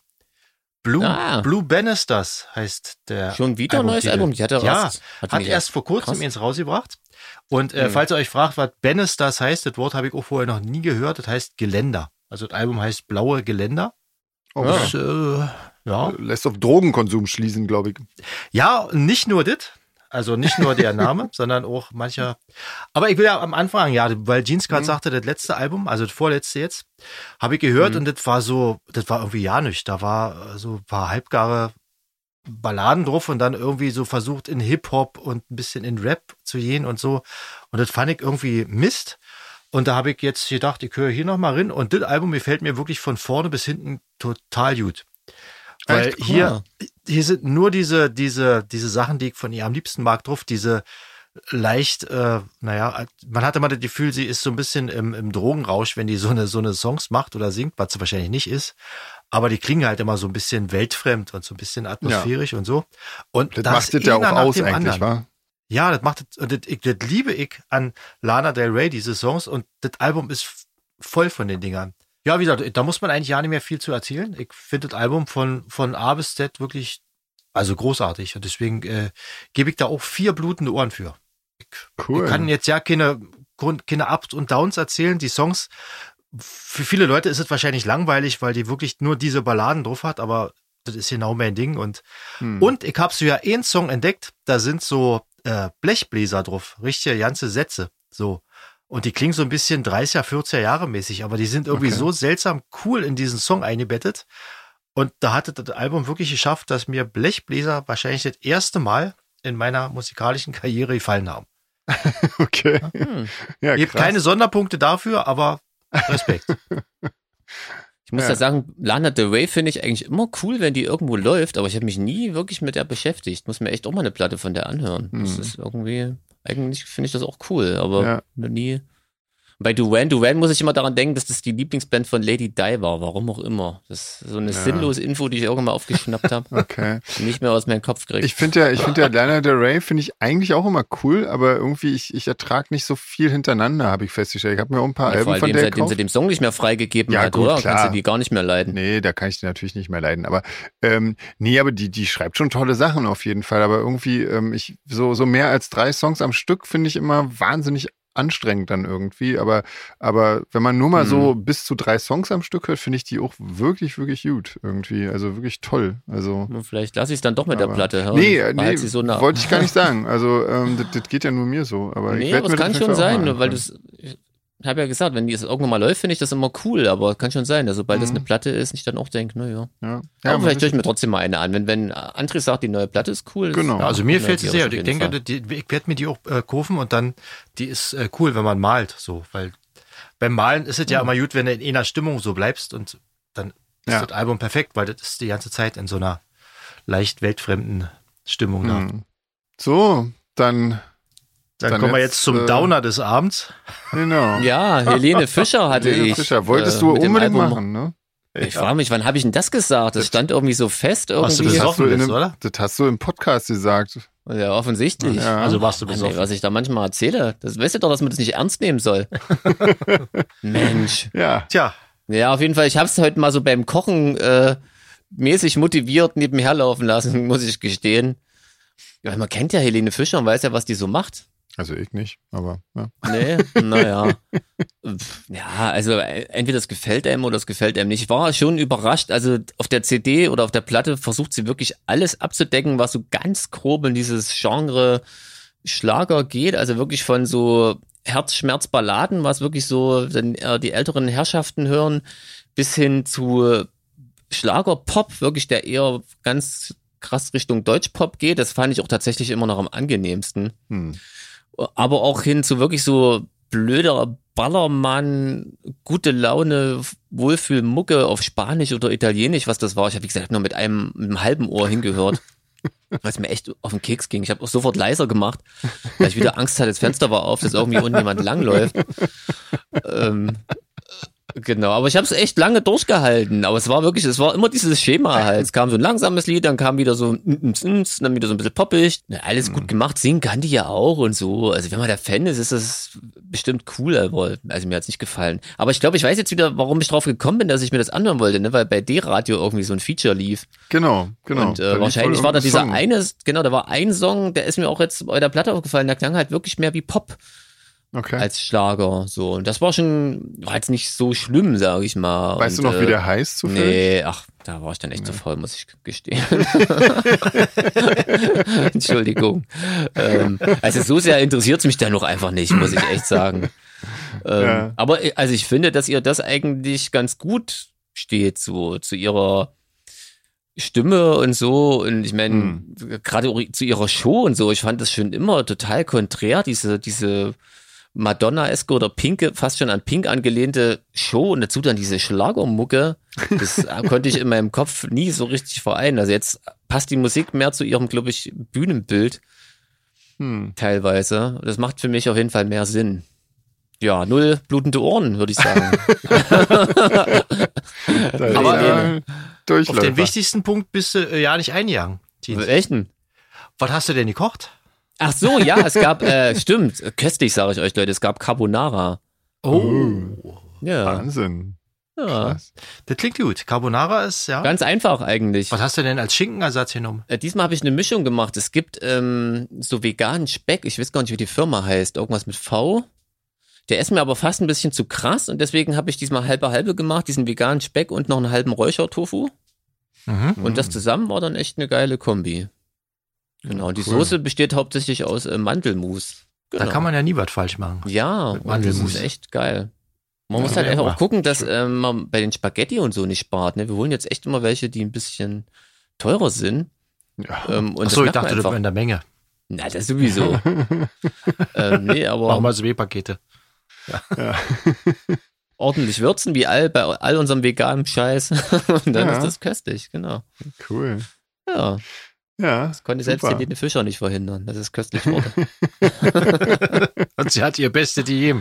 Speaker 1: Blue,
Speaker 3: Ah.
Speaker 1: Blue Bannisters heißt der.
Speaker 3: Schon wieder ein neues
Speaker 1: Albumtitel.
Speaker 3: Album. Die hat er
Speaker 1: Ja,
Speaker 3: erst, hat
Speaker 1: Hat
Speaker 3: die-
Speaker 1: erst vor kurzem
Speaker 3: krass.
Speaker 1: eins rausgebracht. Und äh,
Speaker 3: Hm.
Speaker 1: falls ihr euch fragt, was Bannisters heißt, das Wort habe ich auch vorher noch nie gehört. Das heißt Geländer. Also das Album heißt Blaue Geländer.
Speaker 2: Oh,
Speaker 3: Ja.
Speaker 1: Das, äh, ja.
Speaker 2: Lässt auf Drogenkonsum schließen, glaube ich.
Speaker 1: Ja, nicht nur das. Also nicht nur der Name, sondern auch mancher. Aber ich will ja am Anfang, ja, weil Jeans gerade sagte, das letzte Album, also das vorletzte jetzt, habe ich gehört und das war so, das war irgendwie ja nicht. Da war äh, so ein paar halbgare Balladen drauf und dann irgendwie so versucht in Hip-Hop und ein bisschen in Rap zu gehen und so. Und das fand ich irgendwie Mist. Und da habe ich jetzt gedacht, ich höre hier nochmal rein und das Album gefällt mir wirklich von vorne bis hinten total gut. Weil
Speaker 2: Echt?
Speaker 1: hier,
Speaker 3: Ah.
Speaker 1: hier sind nur diese, diese, diese Sachen, die ich von ihr am liebsten mag, drauf, diese leicht, äh, naja, man hat immer das Gefühl, sie ist so ein bisschen im, im Drogenrausch, wenn die so eine, so eine Songs macht oder singt, was sie wahrscheinlich nicht ist. Aber die klingen halt immer so ein bisschen weltfremd und so ein bisschen atmosphärisch und so. Und
Speaker 2: Das, macht es ja
Speaker 1: einer
Speaker 2: auch
Speaker 1: nach
Speaker 2: aus
Speaker 1: dem
Speaker 2: eigentlich,
Speaker 1: anderen.
Speaker 2: wa?
Speaker 1: Ja, das macht das, das, ich- das liebe ich an Lana Del Rey, diese Songs, und das Album ist f- voll von den Dingern. Ja, wie gesagt, da muss man eigentlich ja nicht mehr viel zu erzählen. Ich finde das Album von, von A bis Z wirklich, also großartig. Und deswegen äh, gebe ich da auch vier blutende Ohren für.
Speaker 2: Cool.
Speaker 1: Ich kann jetzt ja keine, Grund- keine Ups und Downs erzählen. Die Songs, für viele Leute ist es wahrscheinlich langweilig, weil die wirklich nur diese Balladen drauf hat, aber das ist genau mein Ding. Und
Speaker 2: Hm.
Speaker 1: und ich habe so ja einen Song entdeckt, da sind so äh, Blechbläser drauf, richtige ganze Sätze. So. Und die klingen so ein bisschen 30er, 40er Jahre mäßig, aber die sind irgendwie
Speaker 2: Okay.
Speaker 1: so seltsam cool in diesen Song eingebettet. Und da hatte das Album wirklich geschafft, dass mir Blechbläser wahrscheinlich das erste Mal in meiner musikalischen Karriere gefallen haben.
Speaker 2: Okay.
Speaker 3: Hm.
Speaker 2: Ja,
Speaker 1: Gibt
Speaker 2: krass.
Speaker 1: keine Sonderpunkte dafür, aber Respekt.
Speaker 3: Ich muss
Speaker 2: Ja.
Speaker 3: ja sagen, Lana Del Rey finde ich eigentlich immer cool, wenn die irgendwo läuft, aber ich habe mich nie wirklich mit der beschäftigt. Muss mir echt auch mal eine Platte von der anhören. Das
Speaker 2: Hm.
Speaker 3: ist irgendwie, eigentlich finde ich das auch cool, aber
Speaker 2: Ja.
Speaker 3: noch nie. Bei Duran, Duran muss ich immer daran denken, dass das die Lieblingsband von Lady Di war, warum auch immer. Das ist so eine
Speaker 2: Ja.
Speaker 3: sinnlose Info, die ich irgendwann mal aufgeschnappt habe,
Speaker 2: Okay.
Speaker 3: die nicht mehr aus meinem Kopf kriege.
Speaker 2: Ich finde ja, ich finde ja Lana Del Rey finde ich eigentlich auch immer cool, aber irgendwie ich, ich ertrage nicht so viel hintereinander, habe ich festgestellt. Ich habe mir auch ein paar
Speaker 3: Ja, vor
Speaker 2: Alben
Speaker 3: allem,
Speaker 2: von der
Speaker 3: seitdem sie
Speaker 2: gekauft.
Speaker 3: dem Song nicht mehr freigegeben
Speaker 2: Ja,
Speaker 3: hat,
Speaker 2: gut,
Speaker 3: oder?
Speaker 2: klar.
Speaker 3: Kannst du die gar nicht mehr leiden.
Speaker 2: Nee, da kann ich die natürlich nicht mehr leiden. Aber ähm, nee, aber die, die schreibt schon tolle Sachen auf jeden Fall. Aber irgendwie, ähm, ich, so, so mehr als drei Songs am Stück finde ich immer wahnsinnig anstrengend dann irgendwie. Aber, aber wenn man nur mal
Speaker 3: Hm.
Speaker 2: so bis zu drei Songs am Stück hört, finde ich die auch wirklich, wirklich gut irgendwie. Also wirklich toll. Also.
Speaker 3: Und Vielleicht lasse ich es dann doch mit der
Speaker 2: Aber-
Speaker 3: Platte. ja, und
Speaker 2: Nee, äh,
Speaker 3: behalt
Speaker 2: nee
Speaker 3: sie so nah-
Speaker 2: wollte ich gar nicht sagen. Also ähm, das, das geht ja nur mir so. Aber ich
Speaker 3: Nee,
Speaker 2: werd
Speaker 3: aber es
Speaker 2: mir
Speaker 3: kann
Speaker 2: das
Speaker 3: schon
Speaker 2: auf jeden Fall auch
Speaker 3: sein,
Speaker 2: mal
Speaker 3: nur weil du
Speaker 2: anhören.
Speaker 3: es. Ich habe ja gesagt, wenn die es irgendwann mal läuft, finde ich das immer cool, aber kann schon sein, dass sobald das
Speaker 2: Mhm.
Speaker 3: eine Platte ist, ich dann auch denke, naja. Ja,
Speaker 2: ja. ja,
Speaker 3: aber vielleicht
Speaker 2: man-
Speaker 3: höre ich mir trotzdem mal eine an. Wenn, wenn André sagt, die neue Platte ist cool. das-
Speaker 2: Genau.
Speaker 1: Ja, also mir
Speaker 3: Ja,
Speaker 1: fällt
Speaker 3: die
Speaker 1: sie sehr. und
Speaker 3: auf
Speaker 1: Ich
Speaker 3: jeden
Speaker 1: denke, die, ich werde mir die auch äh, kaufen und dann, die ist äh, cool, wenn man malt. So, weil beim Malen ist es ja
Speaker 3: Mhm.
Speaker 1: immer gut, wenn du in einer Stimmung so bleibst und dann ist
Speaker 2: Ja.
Speaker 1: das Album perfekt, weil das ist die ganze Zeit in so einer leicht weltfremden Stimmung da.
Speaker 2: Hm. So, dann
Speaker 1: Mhm. Dann,
Speaker 2: Dann
Speaker 1: kommen wir
Speaker 2: jetzt,
Speaker 1: jetzt zum
Speaker 2: äh,
Speaker 1: Downer des Abends.
Speaker 2: genau.
Speaker 3: Ja, Helene Fischer hatte
Speaker 2: Helene
Speaker 3: ich.
Speaker 2: Fischer, wolltest
Speaker 3: äh,
Speaker 2: du
Speaker 3: mit dem
Speaker 2: unbedingt
Speaker 3: Album-
Speaker 2: machen, ne?
Speaker 3: Ich frage mich, wann habe ich denn das gesagt? Das stand irgendwie so
Speaker 1: Hast
Speaker 3: fest
Speaker 1: du
Speaker 3: irgendwie.
Speaker 2: Das
Speaker 1: besoffen
Speaker 2: hast, du in
Speaker 1: bist,
Speaker 2: einem,
Speaker 1: oder?
Speaker 2: das hast du im Podcast gesagt.
Speaker 3: Ja, offensichtlich.
Speaker 2: Ja.
Speaker 1: Also warst du
Speaker 3: Mann, ey,
Speaker 1: besoffen.
Speaker 3: was ich da manchmal erzähle, das weißt du doch, dass man das nicht ernst nehmen soll. Mensch.
Speaker 2: Ja.
Speaker 1: Tja,
Speaker 3: Ja, auf jeden Fall. Ich hab's heute mal so beim Kochen äh, mäßig motiviert nebenher laufen lassen, muss ich gestehen. Ja, man kennt ja Helene Fischer und weiß ja, was die so macht.
Speaker 2: Also ich nicht, aber ja.
Speaker 3: Nee, naja. Pff, Ja, also äh, entweder es gefällt einem oder es gefällt einem nicht. Ich war schon überrascht. Also auf der CD oder auf der Platte versucht sie wirklich alles abzudecken, was so ganz grob in dieses Genre Schlager geht. Also wirklich von so Herzschmerzballaden, was wirklich so dann eher die älteren Herrschaften hören, bis hin zu Schlagerpop, wirklich der eher ganz krass Richtung Deutschpop geht. Das fand ich auch tatsächlich immer noch am angenehmsten
Speaker 2: Hm.
Speaker 3: aber auch hin zu wirklich so blöder Ballermann, gute Laune, Wohlfühlmucke auf Spanisch oder Italienisch, was das war. Ich habe, wie gesagt, nur mit einem, mit einem halben Ohr hingehört, was mir echt auf den Keks ging. Ich habe auch sofort leiser gemacht, weil ich wieder Angst hatte, das Fenster war auf, dass irgendwie unten jemand langläuft. Ähm, Genau, aber ich habe es echt lange durchgehalten. Aber es war wirklich, es war immer dieses Schema halt. Es kam so ein langsames Lied, dann kam wieder so ein ns, ns, dann
Speaker 2: Mhm.
Speaker 3: wieder so ein bisschen poppig. Na, alles gut gemacht, singen kann die ja auch und so. Also wenn man da Fan ist, ist das bestimmt cool, aber also mir hat's nicht gefallen. Aber ich glaube, ich weiß jetzt wieder, warum ich drauf gekommen bin, dass ich mir das anhören wollte, ne? weil bei D-Radio irgendwie so ein Feature lief.
Speaker 2: Genau, genau.
Speaker 3: Und
Speaker 2: Da
Speaker 3: äh,
Speaker 2: lief
Speaker 3: wahrscheinlich
Speaker 2: wohl
Speaker 3: war da
Speaker 2: irgendein
Speaker 3: dieser
Speaker 2: Song.
Speaker 3: eine, genau, da war ein Song, der ist mir auch jetzt bei der Platte aufgefallen, der klang halt wirklich mehr wie Pop
Speaker 2: Okay.
Speaker 3: als Schlager. So. Und das war schon, war jetzt nicht so schlimm, sage ich mal.
Speaker 2: Weißt
Speaker 3: Und,
Speaker 2: du noch,
Speaker 3: äh,
Speaker 2: wie der heißt zufällig?
Speaker 3: Nee, ach, da war ich dann echt zu voll, muss ich gestehen. Entschuldigung. Ähm, also so sehr interessiert es mich dann noch einfach nicht, muss ich echt sagen. Ähm,
Speaker 2: Ja.
Speaker 3: Aber äh, also ich finde, dass ihr das eigentlich ganz gut steht, so zu ihrer Stimme und so. Und ich meine,
Speaker 2: Hm.
Speaker 3: gerade ori- zu ihrer Show und so, ich fand das schon immer total konträr, diese, diese Madonna-eske oder pinke, fast schon an Pink angelehnte Show und dazu dann diese Schlagermucke. Das konnte ich in meinem Kopf nie so richtig vereinen. Also jetzt passt die Musik mehr zu ihrem, glaube ich, Bühnenbild
Speaker 2: Hm.
Speaker 3: teilweise. Das macht für mich auf jeden Fall mehr Sinn. Ja, null blutende Ohren, würde ich sagen.
Speaker 2: Da ist
Speaker 1: Aber,
Speaker 2: er
Speaker 1: Auf den
Speaker 2: Durchläufer.
Speaker 1: wichtigsten Punkt bist du äh, ja nicht eingegangen. Tietz.
Speaker 3: Echten.
Speaker 1: Was hast du denn gekocht?
Speaker 3: Ach so, ja, es gab, äh, stimmt, köstlich sage ich euch, Leute, es gab Carbonara.
Speaker 1: Oh.
Speaker 3: Ja,
Speaker 2: Wahnsinn.
Speaker 3: ja.
Speaker 2: Krass.
Speaker 1: Das klingt gut. Carbonara ist, ja.
Speaker 3: ganz einfach eigentlich.
Speaker 1: Was hast du denn als Schinkenersatz genommen?
Speaker 3: Äh, Diesmal habe ich eine Mischung gemacht. Es gibt ähm, so veganen Speck, ich weiß gar nicht, wie die Firma heißt, irgendwas mit V. Der ist mir aber fast ein bisschen zu krass und deswegen habe ich diesmal halbe halbe gemacht, diesen veganen Speck und noch einen halben Räuchertofu.
Speaker 1: Mhm.
Speaker 3: Und
Speaker 1: Mm.
Speaker 3: das zusammen war dann echt eine geile Kombi. Genau, und die
Speaker 2: Cool.
Speaker 3: Soße besteht hauptsächlich aus äh, Mandelmus. Genau.
Speaker 1: Da kann man ja nie was falsch machen.
Speaker 3: ja, und das
Speaker 1: Mandelmus.
Speaker 3: ist echt geil. Man muss
Speaker 1: Ja,
Speaker 3: halt
Speaker 1: ja,
Speaker 3: einfach
Speaker 1: aber-
Speaker 3: auch gucken, dass ähm, man bei den Spaghetti und so nicht spart. Ne? Wir holen jetzt echt immer welche, die ein bisschen teurer sind.
Speaker 2: Hm. Ja.
Speaker 3: Ähm, und
Speaker 1: Achso, ich
Speaker 3: das merkt man
Speaker 1: dachte, das
Speaker 3: einfach.
Speaker 1: war in der Menge.
Speaker 3: Na, das sowieso. ähm, nee,
Speaker 1: Machen
Speaker 3: aber
Speaker 1: wir also zwei Pakete.
Speaker 3: ordentlich würzen wie all bei all unserem veganen Scheiß. Und dann
Speaker 2: Ja.
Speaker 3: ist das köstlich, genau.
Speaker 2: Cool.
Speaker 3: Ja,
Speaker 2: Ja.
Speaker 3: das konnte selbst
Speaker 2: Super.
Speaker 3: Helene Fischer nicht verhindern, dass es köstlich wurde.
Speaker 1: Und sie hat ihr Beste Diät.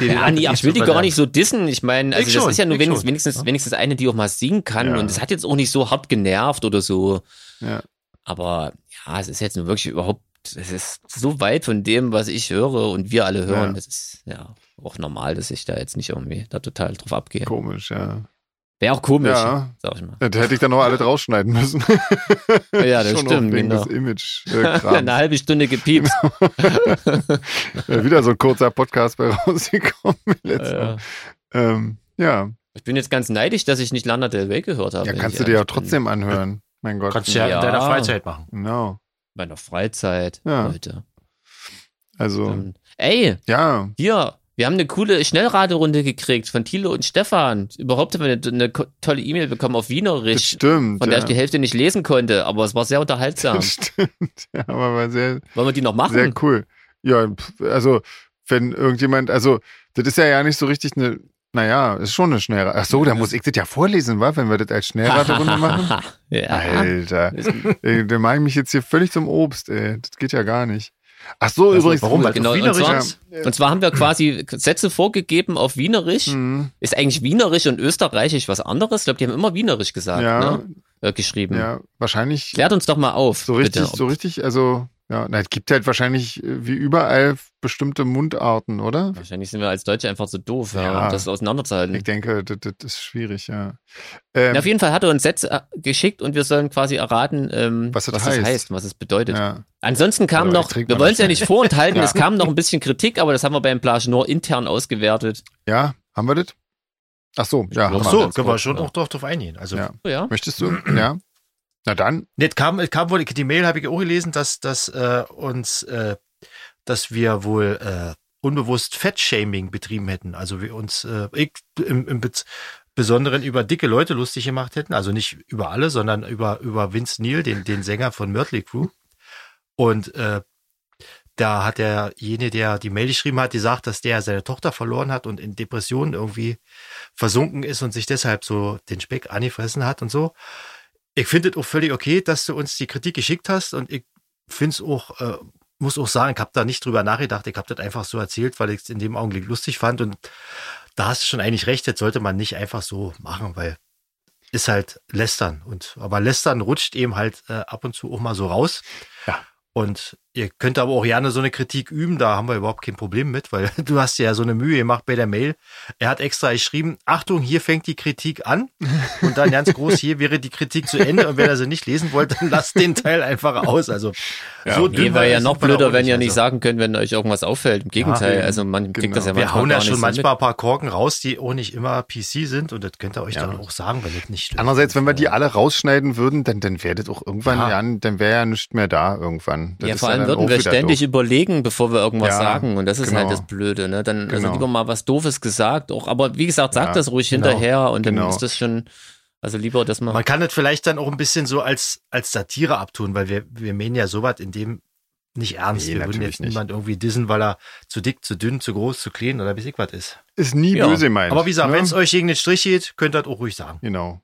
Speaker 1: Die
Speaker 3: ja, nee,
Speaker 1: die
Speaker 3: ach, ich will die gar nicht so dissen. Ich meine, also
Speaker 1: Ich
Speaker 3: das
Speaker 1: schon,
Speaker 3: ist ja nur
Speaker 1: ich
Speaker 3: wenigstens,
Speaker 1: schon.
Speaker 3: wenigstens, wenigstens eine, die auch mal singen kann.
Speaker 2: Ja.
Speaker 3: Und es hat jetzt auch nicht so hart genervt oder so.
Speaker 2: Ja.
Speaker 3: Aber ja, es ist jetzt nur wirklich überhaupt, es ist so weit von dem, was ich höre und wir alle hören.
Speaker 2: Ja.
Speaker 3: Das ist ja auch normal, dass ich da jetzt nicht irgendwie da total drauf abgehe.
Speaker 2: Komisch, ja.
Speaker 3: Wäre auch komisch,
Speaker 2: Ja.
Speaker 3: sag ich mal.
Speaker 2: Ja, Da hätte ich dann noch alle rausschneiden müssen.
Speaker 3: Ja, das
Speaker 2: Schon
Speaker 3: stimmt,
Speaker 2: auch wegen
Speaker 3: genau.
Speaker 2: des Image. Äh, Krams.
Speaker 3: Eine halbe Stunde gepiepst.
Speaker 2: Äh, Wieder so ein kurzer Podcast bei rausgekommen. Letztes
Speaker 3: Ja.
Speaker 2: Mal. Ähm, ja.
Speaker 3: Ich bin jetzt ganz neidisch, dass ich nicht Lana Del Rey gehört habe.
Speaker 2: ja,
Speaker 3: wenn
Speaker 2: kannst
Speaker 3: ich
Speaker 2: du dir ja
Speaker 3: ehrlich bin.
Speaker 2: trotzdem anhören. Mein Gott.
Speaker 1: Kannst du ja,
Speaker 3: Ja.
Speaker 1: in deiner Freizeit machen.
Speaker 2: Genau.
Speaker 3: In meiner Freizeit,
Speaker 2: Ja.
Speaker 3: Leute.
Speaker 2: Also,
Speaker 3: Ähm, Ey,
Speaker 2: ja.
Speaker 3: hier, wir haben eine coole Schnellraderunde gekriegt von Thilo und Stefan. Überhaupt haben wir eine, eine ko- tolle E-Mail bekommen auf
Speaker 2: Das
Speaker 3: Wienerisch,
Speaker 2: stimmt.
Speaker 3: von der
Speaker 2: ja.
Speaker 3: ich die Hälfte nicht lesen konnte, aber es war sehr unterhaltsam.
Speaker 2: Das stimmt. Ja, aber war sehr,
Speaker 3: Wollen wir die noch machen?
Speaker 2: sehr cool. Ja, pf, also, wenn irgendjemand, also, das ist ja ja nicht so richtig eine, naja, ist schon eine Schnellrate. Ach so, da muss ich das ja vorlesen, wa? wenn wir das als Schnellraterunde machen.
Speaker 3: ja.
Speaker 2: Alter, ey, da mache ich mich jetzt hier völlig zum Obst, ey. Das geht ja gar nicht. Ach so, übrigens.
Speaker 1: warum? Weil
Speaker 3: Genau,
Speaker 1: du
Speaker 3: und
Speaker 1: Wienerisch
Speaker 3: zwar,
Speaker 1: hast?
Speaker 3: und zwar haben wir quasi Sätze vorgegeben auf Wienerisch.
Speaker 2: Mhm,
Speaker 3: Ist eigentlich Wienerisch und Österreichisch was anderes? Ich glaube, die haben immer Wienerisch gesagt,
Speaker 2: Ja.
Speaker 3: ne? äh, geschrieben.
Speaker 2: ja, wahrscheinlich
Speaker 3: Klärt uns doch mal auf.
Speaker 2: so richtig,
Speaker 3: bitte. um.
Speaker 2: so richtig, also, ja, na, es gibt halt wahrscheinlich äh, wie überall bestimmte Mundarten, oder?
Speaker 3: Wahrscheinlich sind wir als Deutsche einfach zu doof, ja,
Speaker 2: Ja.
Speaker 3: um das auseinanderzuhalten.
Speaker 2: Ich denke, das, das ist schwierig, ja. Ähm,
Speaker 3: Na, auf jeden Fall hat er uns Sätze äh, geschickt und wir sollen quasi erraten, ähm,
Speaker 2: Was
Speaker 3: was,
Speaker 2: das
Speaker 3: es heißt.
Speaker 2: heißt.
Speaker 3: was es bedeutet.
Speaker 2: ja.
Speaker 3: Ansonsten kam
Speaker 2: Also, ich
Speaker 3: noch,
Speaker 2: trink
Speaker 3: wir
Speaker 2: mal
Speaker 3: wollen es
Speaker 2: schnell.
Speaker 3: ja nicht vorenthalten,
Speaker 2: Ja.
Speaker 3: es kam noch ein bisschen Kritik, aber das haben wir beim Plage nur intern ausgewertet.
Speaker 2: ja, haben wir das? Ach so, ja, haben
Speaker 1: Ach
Speaker 3: glaub so.
Speaker 2: wir.
Speaker 1: so,
Speaker 3: ganz
Speaker 1: können wir
Speaker 3: kurz,
Speaker 1: schon
Speaker 3: oder?
Speaker 1: auch doch drauf eingehen. Also,
Speaker 2: Ja.
Speaker 3: So, ja.
Speaker 2: Möchtest du? Ja. Na dann.
Speaker 1: Nee, es kam, es kam wohl, die Mail habe ich auch gelesen, dass, dass äh, uns, äh, dass wir wohl äh, unbewusst Fettshaming betrieben hätten. Also wir uns äh, ich, im, im Bez- Besonderen über dicke Leute lustig gemacht hätten. Also nicht über alle, sondern über, über Vince Neil, den, den Sänger von Mötley Crew. Und äh, da hat derjenige, der die Mail geschrieben hat, gesagt, dass der seine Tochter verloren hat und in Depressionen irgendwie versunken ist und sich deshalb so den Speck angefressen hat und so. Ich finde es auch völlig okay, dass du uns die Kritik geschickt hast und ich finde es auch, äh, muss auch sagen, ich habe da nicht drüber nachgedacht. Ich habe das einfach so erzählt, weil ich es in dem Augenblick lustig fand und da hast du schon eigentlich recht, das sollte man nicht einfach so machen, weil ist halt lästern und aber lästern rutscht eben halt äh, ab und zu auch mal so raus.
Speaker 2: Ja.
Speaker 1: Und Ihr könnt aber auch gerne so eine Kritik üben, da haben wir überhaupt kein Problem mit, weil du hast ja so eine Mühe gemacht bei der Mail. Er hat extra geschrieben, Achtung, hier fängt die Kritik an und dann ganz groß, hier wäre die Kritik zu Ende und wenn er sie nicht lesen wollte, dann lasst den Teil einfach aus. Also
Speaker 3: ja, so dünn wäre ja noch blöder, wenn ihr nicht also. sagen könnt, wenn euch irgendwas auffällt. Im Gegenteil,
Speaker 1: Ja,
Speaker 3: also man kriegt
Speaker 2: genau.
Speaker 3: das ja
Speaker 1: wir
Speaker 3: manchmal
Speaker 1: hauen ja
Speaker 3: gar
Speaker 1: schon
Speaker 3: nicht so
Speaker 1: manchmal ein paar Korken raus, die auch nicht immer PC sind und das könnt ihr euch dann auch sagen, wenn das nicht stimmt.
Speaker 2: Andererseits, wenn wir die alle rausschneiden würden, dann, dann wäre das auch irgendwann,
Speaker 1: Ja.
Speaker 2: ja. dann wäre ja nichts mehr da irgendwann. Das
Speaker 3: Ja,
Speaker 2: ist
Speaker 3: vor allem
Speaker 2: dann
Speaker 3: würden
Speaker 2: auch
Speaker 3: wir
Speaker 2: wieder
Speaker 3: ständig
Speaker 2: doof.
Speaker 3: überlegen, bevor wir irgendwas
Speaker 2: Ja,
Speaker 3: sagen. Und das ist halt
Speaker 2: genau.
Speaker 3: das Blöde, ne? Dann also
Speaker 2: Genau.
Speaker 3: lieber mal was Doofes gesagt. Auch, aber wie gesagt, sagt
Speaker 2: Ja,
Speaker 3: das ruhig
Speaker 2: genau,
Speaker 3: hinterher und dann
Speaker 2: genau.
Speaker 3: ist das schon, also lieber, dass man.
Speaker 1: Man kann das vielleicht dann auch ein bisschen so als, als Satire abtun, weil wir, wir meinen ja sowas in dem nicht ernst.
Speaker 2: Nee,
Speaker 1: wir würden
Speaker 2: natürlich
Speaker 1: jetzt
Speaker 2: nicht.
Speaker 1: niemand irgendwie dissen, weil er zu dick, zu dünn, zu groß, zu klein oder weiß ich was ist.
Speaker 2: Ist nie
Speaker 3: Ja.
Speaker 2: böse meint.
Speaker 1: Aber wie gesagt,
Speaker 2: ne?
Speaker 1: wenn es euch gegen den Strich geht, könnt ihr das auch ruhig sagen.
Speaker 2: Genau.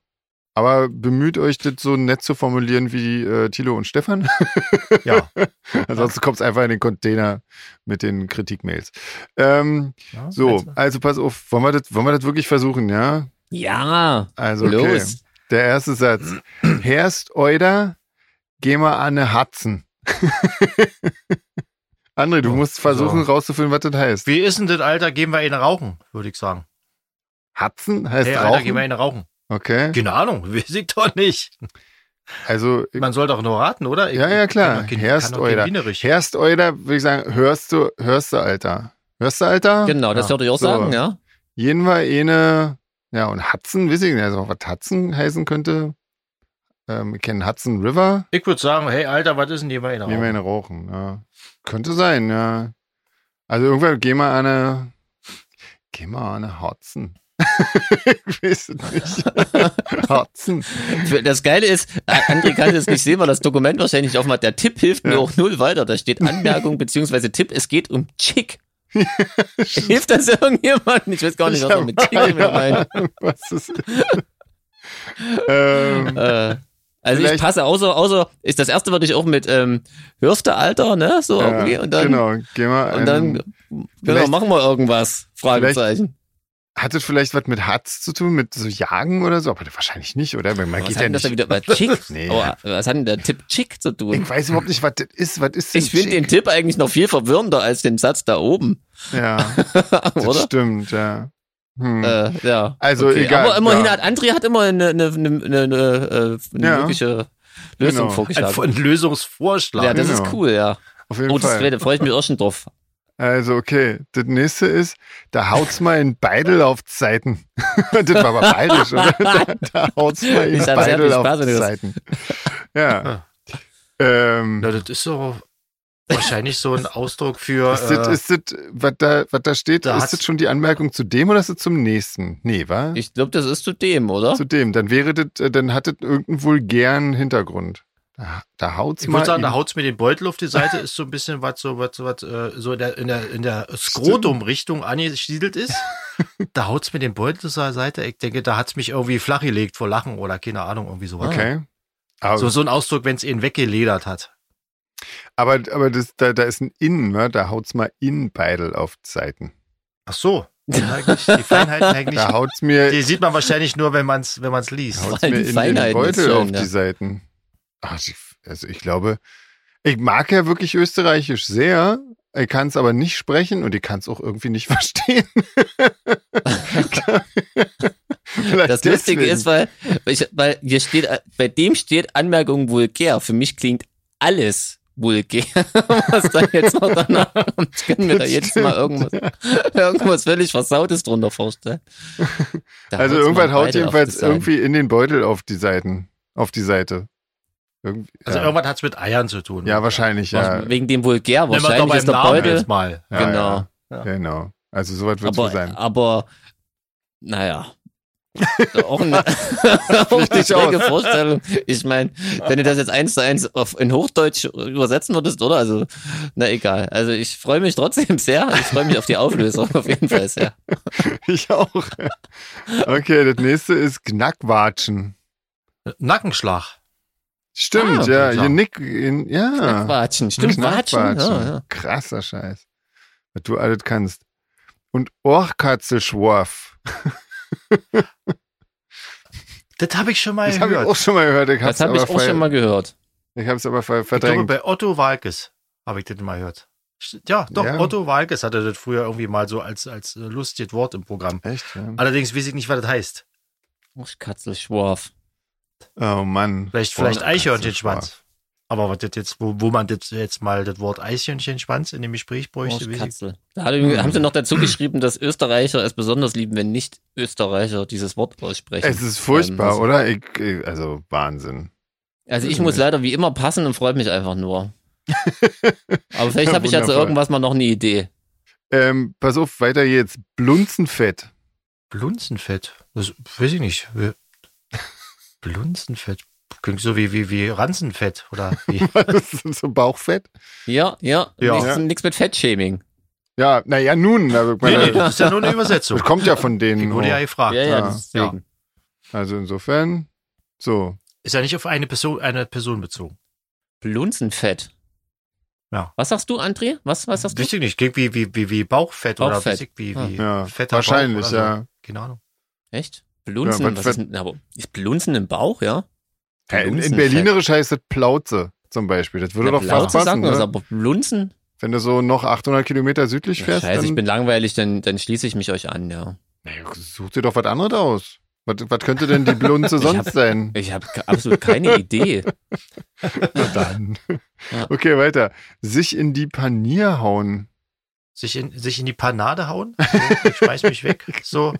Speaker 2: Aber bemüht euch, das so nett zu formulieren wie äh, Thilo und Stefan.
Speaker 1: Ja.
Speaker 2: Ansonsten kommt es einfach in den Container mit den Kritikmails. Ähm,
Speaker 1: Ja,
Speaker 2: so,
Speaker 1: also,
Speaker 2: also pass auf, wollen wir das, wollen wir das wirklich versuchen, ja?
Speaker 3: ja,
Speaker 2: Also okay.
Speaker 3: los.
Speaker 2: Der erste Satz. Herst Euder, geh mal an eine Hatzen. André, du
Speaker 1: Ja,
Speaker 2: musst versuchen rauszufinden, was das heißt.
Speaker 1: Wie ist denn das Alter? Gehen wir einen rauchen, würde ich sagen.
Speaker 2: Hatzen heißt
Speaker 1: Hey, Alter, gehen wir
Speaker 2: Rauchen?
Speaker 1: einen rauchen.
Speaker 2: Okay,
Speaker 1: Keine Ahnung, weiß ich doch nicht.
Speaker 2: also
Speaker 1: Man soll doch nur raten, oder? Ich,
Speaker 2: Ja, ja,
Speaker 1: ich
Speaker 2: klar.
Speaker 1: kann doch kein-
Speaker 2: Herst
Speaker 1: kann doch kein
Speaker 2: oder-
Speaker 1: Wienerisch.
Speaker 2: Herst Euder, würde ich sagen, hörst du, hörst du, Alter. Hörst du, Alter?
Speaker 3: genau, das
Speaker 1: Ja,
Speaker 3: würde ich auch
Speaker 2: so.
Speaker 3: sagen, ja.
Speaker 2: Jeden war eine, ja, und Hudson, weiß ich nicht, also was Hudson heißen könnte. Ähm, wir kennen Hudson River,
Speaker 1: Ich würde sagen, hey, Alter, was ist denn, gehen wir einen
Speaker 2: gehen wir
Speaker 1: rauchen?
Speaker 2: eine rauchen. Ja. Könnte sein, ja. Also irgendwann geh mal an eine, geh mal an eine Hudson. ich weiß es nicht. Hudson.
Speaker 3: Das Geile ist, äh, André kann das nicht sehen, weil das Dokument wahrscheinlich nicht aufmacht. Der Tipp hilft mir
Speaker 2: Ja.
Speaker 3: auch null weiter. Da steht Anmerkung beziehungsweise Tipp, es geht um Chick. Hilft das irgendjemand? Ich weiß gar nicht,
Speaker 2: Ich
Speaker 3: was er
Speaker 2: hab
Speaker 3: mit Chick
Speaker 2: keine
Speaker 3: meint.
Speaker 2: Ahnung, Was das ist ähm,
Speaker 3: Äh, also ich
Speaker 2: Vielleicht-
Speaker 3: passe, außer, außer, ist das erste würde ich auch mit, ähm, hörst du Alter, ne? So irgendwie.
Speaker 2: ja,
Speaker 3: Und dann,
Speaker 2: genau, geh mal
Speaker 3: und dann,
Speaker 2: an-
Speaker 3: genau,
Speaker 2: vielleicht-
Speaker 3: machen wir irgendwas. Fragezeichen.
Speaker 2: Hat das vielleicht was mit Hatz zu tun, mit so Jagen oder so? Aber wahrscheinlich nicht, oder? Weil Man
Speaker 3: Was
Speaker 2: geht
Speaker 3: hat
Speaker 2: ja
Speaker 3: denn das
Speaker 2: nicht
Speaker 3: da wieder bei Chick?
Speaker 2: Nee.
Speaker 3: Aber was hat denn der Tipp Chick zu tun?
Speaker 2: Ich weiß überhaupt nicht, was das ist. Was ist denn
Speaker 3: Ich finde den
Speaker 2: Chick?
Speaker 3: Tipp eigentlich noch viel verwirrender als den Satz da oben,
Speaker 2: Ja, das
Speaker 3: oder?
Speaker 2: stimmt, ja. Hm.
Speaker 3: Äh, ja.
Speaker 2: Also egal,
Speaker 3: Aber immerhin
Speaker 2: ja.
Speaker 3: hat André hat immer eine, eine, eine, eine, eine, eine
Speaker 2: Ja.
Speaker 3: mögliche Lösung
Speaker 2: Genau.
Speaker 1: Ein
Speaker 3: vorgeschlagen.
Speaker 1: Ein Lösungsvorschlag.
Speaker 3: ja, das
Speaker 2: Genau.
Speaker 3: ist cool, ja.
Speaker 2: Auf jeden
Speaker 3: Oh, das
Speaker 2: Fall.
Speaker 3: da freue ich mich auch schon drauf.
Speaker 2: Also, okay. Das nächste ist, da haut's mal in Beidellaufzeiten. das war aber bayerisch, oder? Da, da haut's mal in
Speaker 3: Ich hab's ja nicht Spaß, wenn du das- Ah.
Speaker 2: Beidellaufzeiten. Ja. Ähm,
Speaker 1: Ja, das ist so wahrscheinlich so ein Ausdruck für.
Speaker 2: ist das,
Speaker 1: äh,
Speaker 2: ist das, was da, was da steht,
Speaker 1: da
Speaker 2: ist
Speaker 1: hat-
Speaker 2: das schon die Anmerkung zu dem oder ist das zum nächsten? Nee, wa?
Speaker 3: Ich glaube, das ist zu dem, oder?
Speaker 2: Zu dem. Dann wäre das, äh, dann hat das irgendeinen vulgären Hintergrund. Da, da haut's
Speaker 1: ich
Speaker 2: mal.
Speaker 1: würde sagen,
Speaker 2: in-
Speaker 1: da haut's mir den Beutel auf die Seite, ist so ein bisschen was, so was, so was, äh, so in der, in der, in der Skrotum-Richtung angesiedelt ist. Da haut's mir den Beutel zur Seite. Ich denke, da hat's mich irgendwie flach gelegt vor Lachen oder keine Ahnung, irgendwie
Speaker 3: Ah.
Speaker 1: sowas.
Speaker 2: Okay. Aber,
Speaker 1: So, so ein Ausdruck, wenn's ihn weggeledert hat.
Speaker 2: aber, aber das, da, da ist ein Innen, ne? da haut's mal in Beidel auf Seiten.
Speaker 1: Ach so. Ja, eigentlich, die Feinheiten eigentlich.
Speaker 2: Da haut's mir,
Speaker 1: Die sieht man wahrscheinlich nur, wenn man's, wenn man's liest.
Speaker 2: haut's
Speaker 3: Vor allem
Speaker 2: mir
Speaker 3: die
Speaker 2: in den
Speaker 3: Feinheiten ist
Speaker 2: Beutel
Speaker 3: schön, ne?
Speaker 2: auf
Speaker 3: ja.
Speaker 2: die Seiten. Ach, ich- also ich glaube, ich mag ja wirklich Österreichisch sehr. Ich kann es aber nicht sprechen und ich kann es auch irgendwie nicht verstehen. Vielleicht
Speaker 3: Das Lustige
Speaker 2: deswegen.
Speaker 3: ist, weil, ich, weil hier steht, äh, bei dem steht Anmerkung vulgär. Für mich klingt alles vulgär. Was da jetzt noch danach kommt. Ich kann mir da
Speaker 2: Das
Speaker 3: jetzt
Speaker 2: stimmt,
Speaker 3: mal irgendwas, irgendwas völlig Versautes drunter vorstellen. Da
Speaker 2: also
Speaker 3: haut's
Speaker 2: irgendwann
Speaker 3: mal
Speaker 2: haut
Speaker 3: beide auf die
Speaker 2: jedenfalls
Speaker 3: Seiten.
Speaker 2: irgendwie in den Beutel auf die Seiten, auf die Seite. Irgendwie,
Speaker 1: Also
Speaker 2: ja.
Speaker 1: irgendwas hat's mit Eiern zu tun.
Speaker 2: ja, wahrscheinlich, ja.
Speaker 3: Was- Wegen dem vulgär
Speaker 1: Nehmen wir doch
Speaker 3: wahrscheinlich
Speaker 1: beim
Speaker 3: ist der
Speaker 1: Namen
Speaker 3: Beutel.
Speaker 1: jetzt mal.
Speaker 2: Ja,
Speaker 3: genau.
Speaker 2: ja.
Speaker 1: Ja.
Speaker 2: Genau. Also soweit wird es wohl
Speaker 3: aber, äh,
Speaker 2: sein.
Speaker 3: aber naja. auch eine, auch eine
Speaker 2: Richtig
Speaker 3: schräge
Speaker 2: aus.
Speaker 3: Vorstellung. Ich meine, wenn du das jetzt eins zu eins auf, in Hochdeutsch übersetzen würdest, oder? Also, na egal. Also ich freue mich trotzdem sehr. Ich freue mich auf die Auflösung auf jeden Fall sehr.
Speaker 2: Ich auch. Okay, das nächste ist Knackwatschen.
Speaker 1: Nackenschlag.
Speaker 2: Stimmt,
Speaker 3: Ah,
Speaker 2: ja.
Speaker 1: klar.
Speaker 2: Ihr Nick, in, ja.
Speaker 3: Watschen, stimmt,
Speaker 2: Knackwatschen.
Speaker 3: Watschen. Ja, ja.
Speaker 2: Krasser Scheiß. Was du alles kannst. Und Orchkatzelschworf.
Speaker 1: Das habe ich schon mal
Speaker 2: Das habe ich
Speaker 1: gehört.
Speaker 2: auch schon mal gehört. Ich
Speaker 3: Das
Speaker 2: hab's
Speaker 3: habe ich
Speaker 2: aber
Speaker 3: auch
Speaker 2: ver-
Speaker 3: schon mal gehört.
Speaker 2: Ich habe es aber ver-
Speaker 1: Ich glaube,
Speaker 2: verdrängt.
Speaker 1: bei Otto Walkes. Habe ich das mal gehört. Ja, doch,
Speaker 2: Ja.
Speaker 1: Otto Walkes hatte das früher irgendwie mal so als, als äh, lustiges Wort im Programm.
Speaker 2: Echt? Ja.
Speaker 1: Allerdings weiß ich nicht, was das heißt.
Speaker 3: Ach, Katzelschwarf.
Speaker 2: Oh Mann.
Speaker 1: Vielleicht, vielleicht
Speaker 2: Boah,
Speaker 1: Eichhörnchenschwanz. Aber was das jetzt, wo, wo man das jetzt mal das Wort Eichhörnchenschwanz in dem Gespräch bräuchte, weiß ich.
Speaker 3: Katzel. Da hat- haben sie noch dazu geschrieben, dass Österreicher es besonders lieben, wenn nicht Österreicher dieses Wort aussprechen.
Speaker 2: Es ist furchtbar,
Speaker 3: Ähm,
Speaker 2: oder? Ich, ich- also Wahnsinn.
Speaker 3: Also ich muss leider wie immer passen und freue mich einfach nur. Aber vielleicht habe ich ja zu
Speaker 2: Wundervoll.
Speaker 3: irgendwas mal noch eine Idee.
Speaker 2: Ähm, pass auf, weiter jetzt. Blunzenfett.
Speaker 1: Blunzenfett. Das weiß ich nicht. Wir- Blunzenfett. Klingt so wie, wie, wie Ranzenfett oder wie.
Speaker 2: Das ist so Bauchfett?
Speaker 3: Ja, ja,
Speaker 1: Ja.
Speaker 3: nichts, nichts mit Fettshaming.
Speaker 2: Ja, naja, nun. aber ich
Speaker 1: nee, nee,
Speaker 2: meine,
Speaker 1: das ist ja nur eine Übersetzung.
Speaker 2: Das kommt ja von
Speaker 1: Ich
Speaker 2: denen.
Speaker 1: wurde ja
Speaker 2: hoch.
Speaker 1: gefragt. ne?
Speaker 3: ja, ja,
Speaker 2: ja,
Speaker 3: deswegen.
Speaker 2: Also insofern, so.
Speaker 1: Ist ja nicht auf eine Person, eine Person bezogen.
Speaker 3: Blunzenfett.
Speaker 1: Ja.
Speaker 3: Was sagst du, André? Was, was sagst du?
Speaker 1: Weiß ich nicht. Klingt wie, wie, wie, wie Bauchfett, oder
Speaker 3: Bauchfett.
Speaker 1: weiß ich, wie,
Speaker 3: Ah.
Speaker 1: wie
Speaker 2: Ja,
Speaker 1: fetter
Speaker 2: wahrscheinlich,
Speaker 1: Bauch also oder
Speaker 2: ja.
Speaker 1: So. Keine Ahnung.
Speaker 3: Echt? Blunzen?
Speaker 2: Ja, was-
Speaker 3: was ist, denn- na, aber ist Blunzen im Bauch, ja?
Speaker 2: Ja, in, in
Speaker 3: Blunzenfett.
Speaker 2: Berlinerisch heißt das Plauze zum Beispiel. Das würde
Speaker 3: Na,
Speaker 2: doch fast
Speaker 3: Plauze
Speaker 2: passen.
Speaker 3: sagt man das,
Speaker 2: Ne?
Speaker 3: aber Blunzen?
Speaker 2: Wenn du so noch 800 Kilometer südlich
Speaker 3: Na,
Speaker 2: fährst,
Speaker 3: scheiße, ich
Speaker 2: dann
Speaker 3: bin langweilig, dann, dann schließe ich mich euch an, ja.
Speaker 2: naja, such dir doch was anderes aus. Was, was könnte denn die Blunze
Speaker 3: Ich
Speaker 2: sonst
Speaker 3: hab-
Speaker 2: sein?
Speaker 3: Ich habe absolut keine Idee.
Speaker 2: Na dann.
Speaker 3: Ja.
Speaker 2: Okay, weiter. Sich in die Panier hauen.
Speaker 1: Sich in, sich in die Panade hauen. So, ich schmeiß mich weg. So.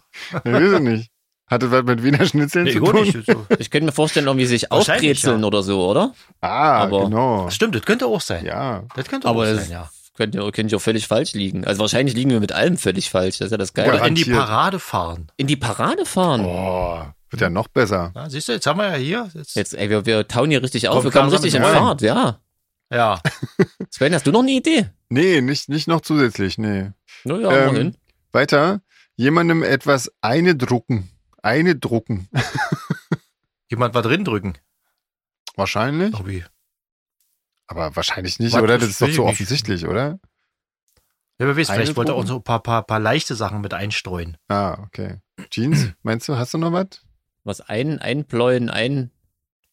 Speaker 2: Ich weiß es nicht. Hat das was mit Wiener Schnitzeln
Speaker 1: Nee,
Speaker 2: zu
Speaker 1: gut
Speaker 2: tun?
Speaker 1: nicht. So.
Speaker 3: Ich könnte mir vorstellen, irgendwie sich
Speaker 1: Wahrscheinlich,
Speaker 3: aufbrezeln
Speaker 1: ja.
Speaker 3: oder so, oder?
Speaker 2: Ah,
Speaker 3: Aber-
Speaker 2: genau.
Speaker 1: Stimmt, das könnte auch sein.
Speaker 2: Ja.
Speaker 1: Das könnte
Speaker 3: Aber
Speaker 1: auch
Speaker 3: das
Speaker 1: sein, ja.
Speaker 3: könnte, könnte ich auch völlig falsch liegen. Also wahrscheinlich liegen wir mit allem völlig falsch. Das ist ja das Geile.
Speaker 1: Oder in die
Speaker 2: garantiert.
Speaker 1: Parade fahren.
Speaker 3: In die Parade fahren.
Speaker 2: Oh, wird ja noch besser.
Speaker 1: Na, siehst du, jetzt haben wir ja hier. Jetzt,
Speaker 3: Jetzt, ey, wir, wir tauen hier richtig auf.
Speaker 1: Kommt
Speaker 3: wir kommen
Speaker 1: langsam
Speaker 3: richtig in
Speaker 1: mit rein.
Speaker 3: Fahrt, ja.
Speaker 1: Ja.
Speaker 3: Sven, hast du noch eine Idee?
Speaker 2: Nee, nicht, nicht noch zusätzlich, nee.
Speaker 3: Naja,
Speaker 2: Ähm,
Speaker 3: immerhin.
Speaker 2: Weiter. Jemandem etwas eine drucken. Eine drucken.
Speaker 1: Jemand war drin drücken.
Speaker 2: Wahrscheinlich.
Speaker 1: Irgendwie.
Speaker 2: Aber wahrscheinlich nicht,
Speaker 1: Warte,
Speaker 2: oder? Das ist doch
Speaker 1: will
Speaker 2: zu
Speaker 1: ich
Speaker 2: offensichtlich, oder?
Speaker 1: Ja, wer weiß,
Speaker 2: Eine
Speaker 1: vielleicht wollte er auch
Speaker 2: drucken?
Speaker 1: so ein paar, paar, paar leichte Sachen mit einstreuen.
Speaker 2: Ah, okay. Jeans, meinst du, hast du noch was?
Speaker 3: Was ein, einpläuen, ein,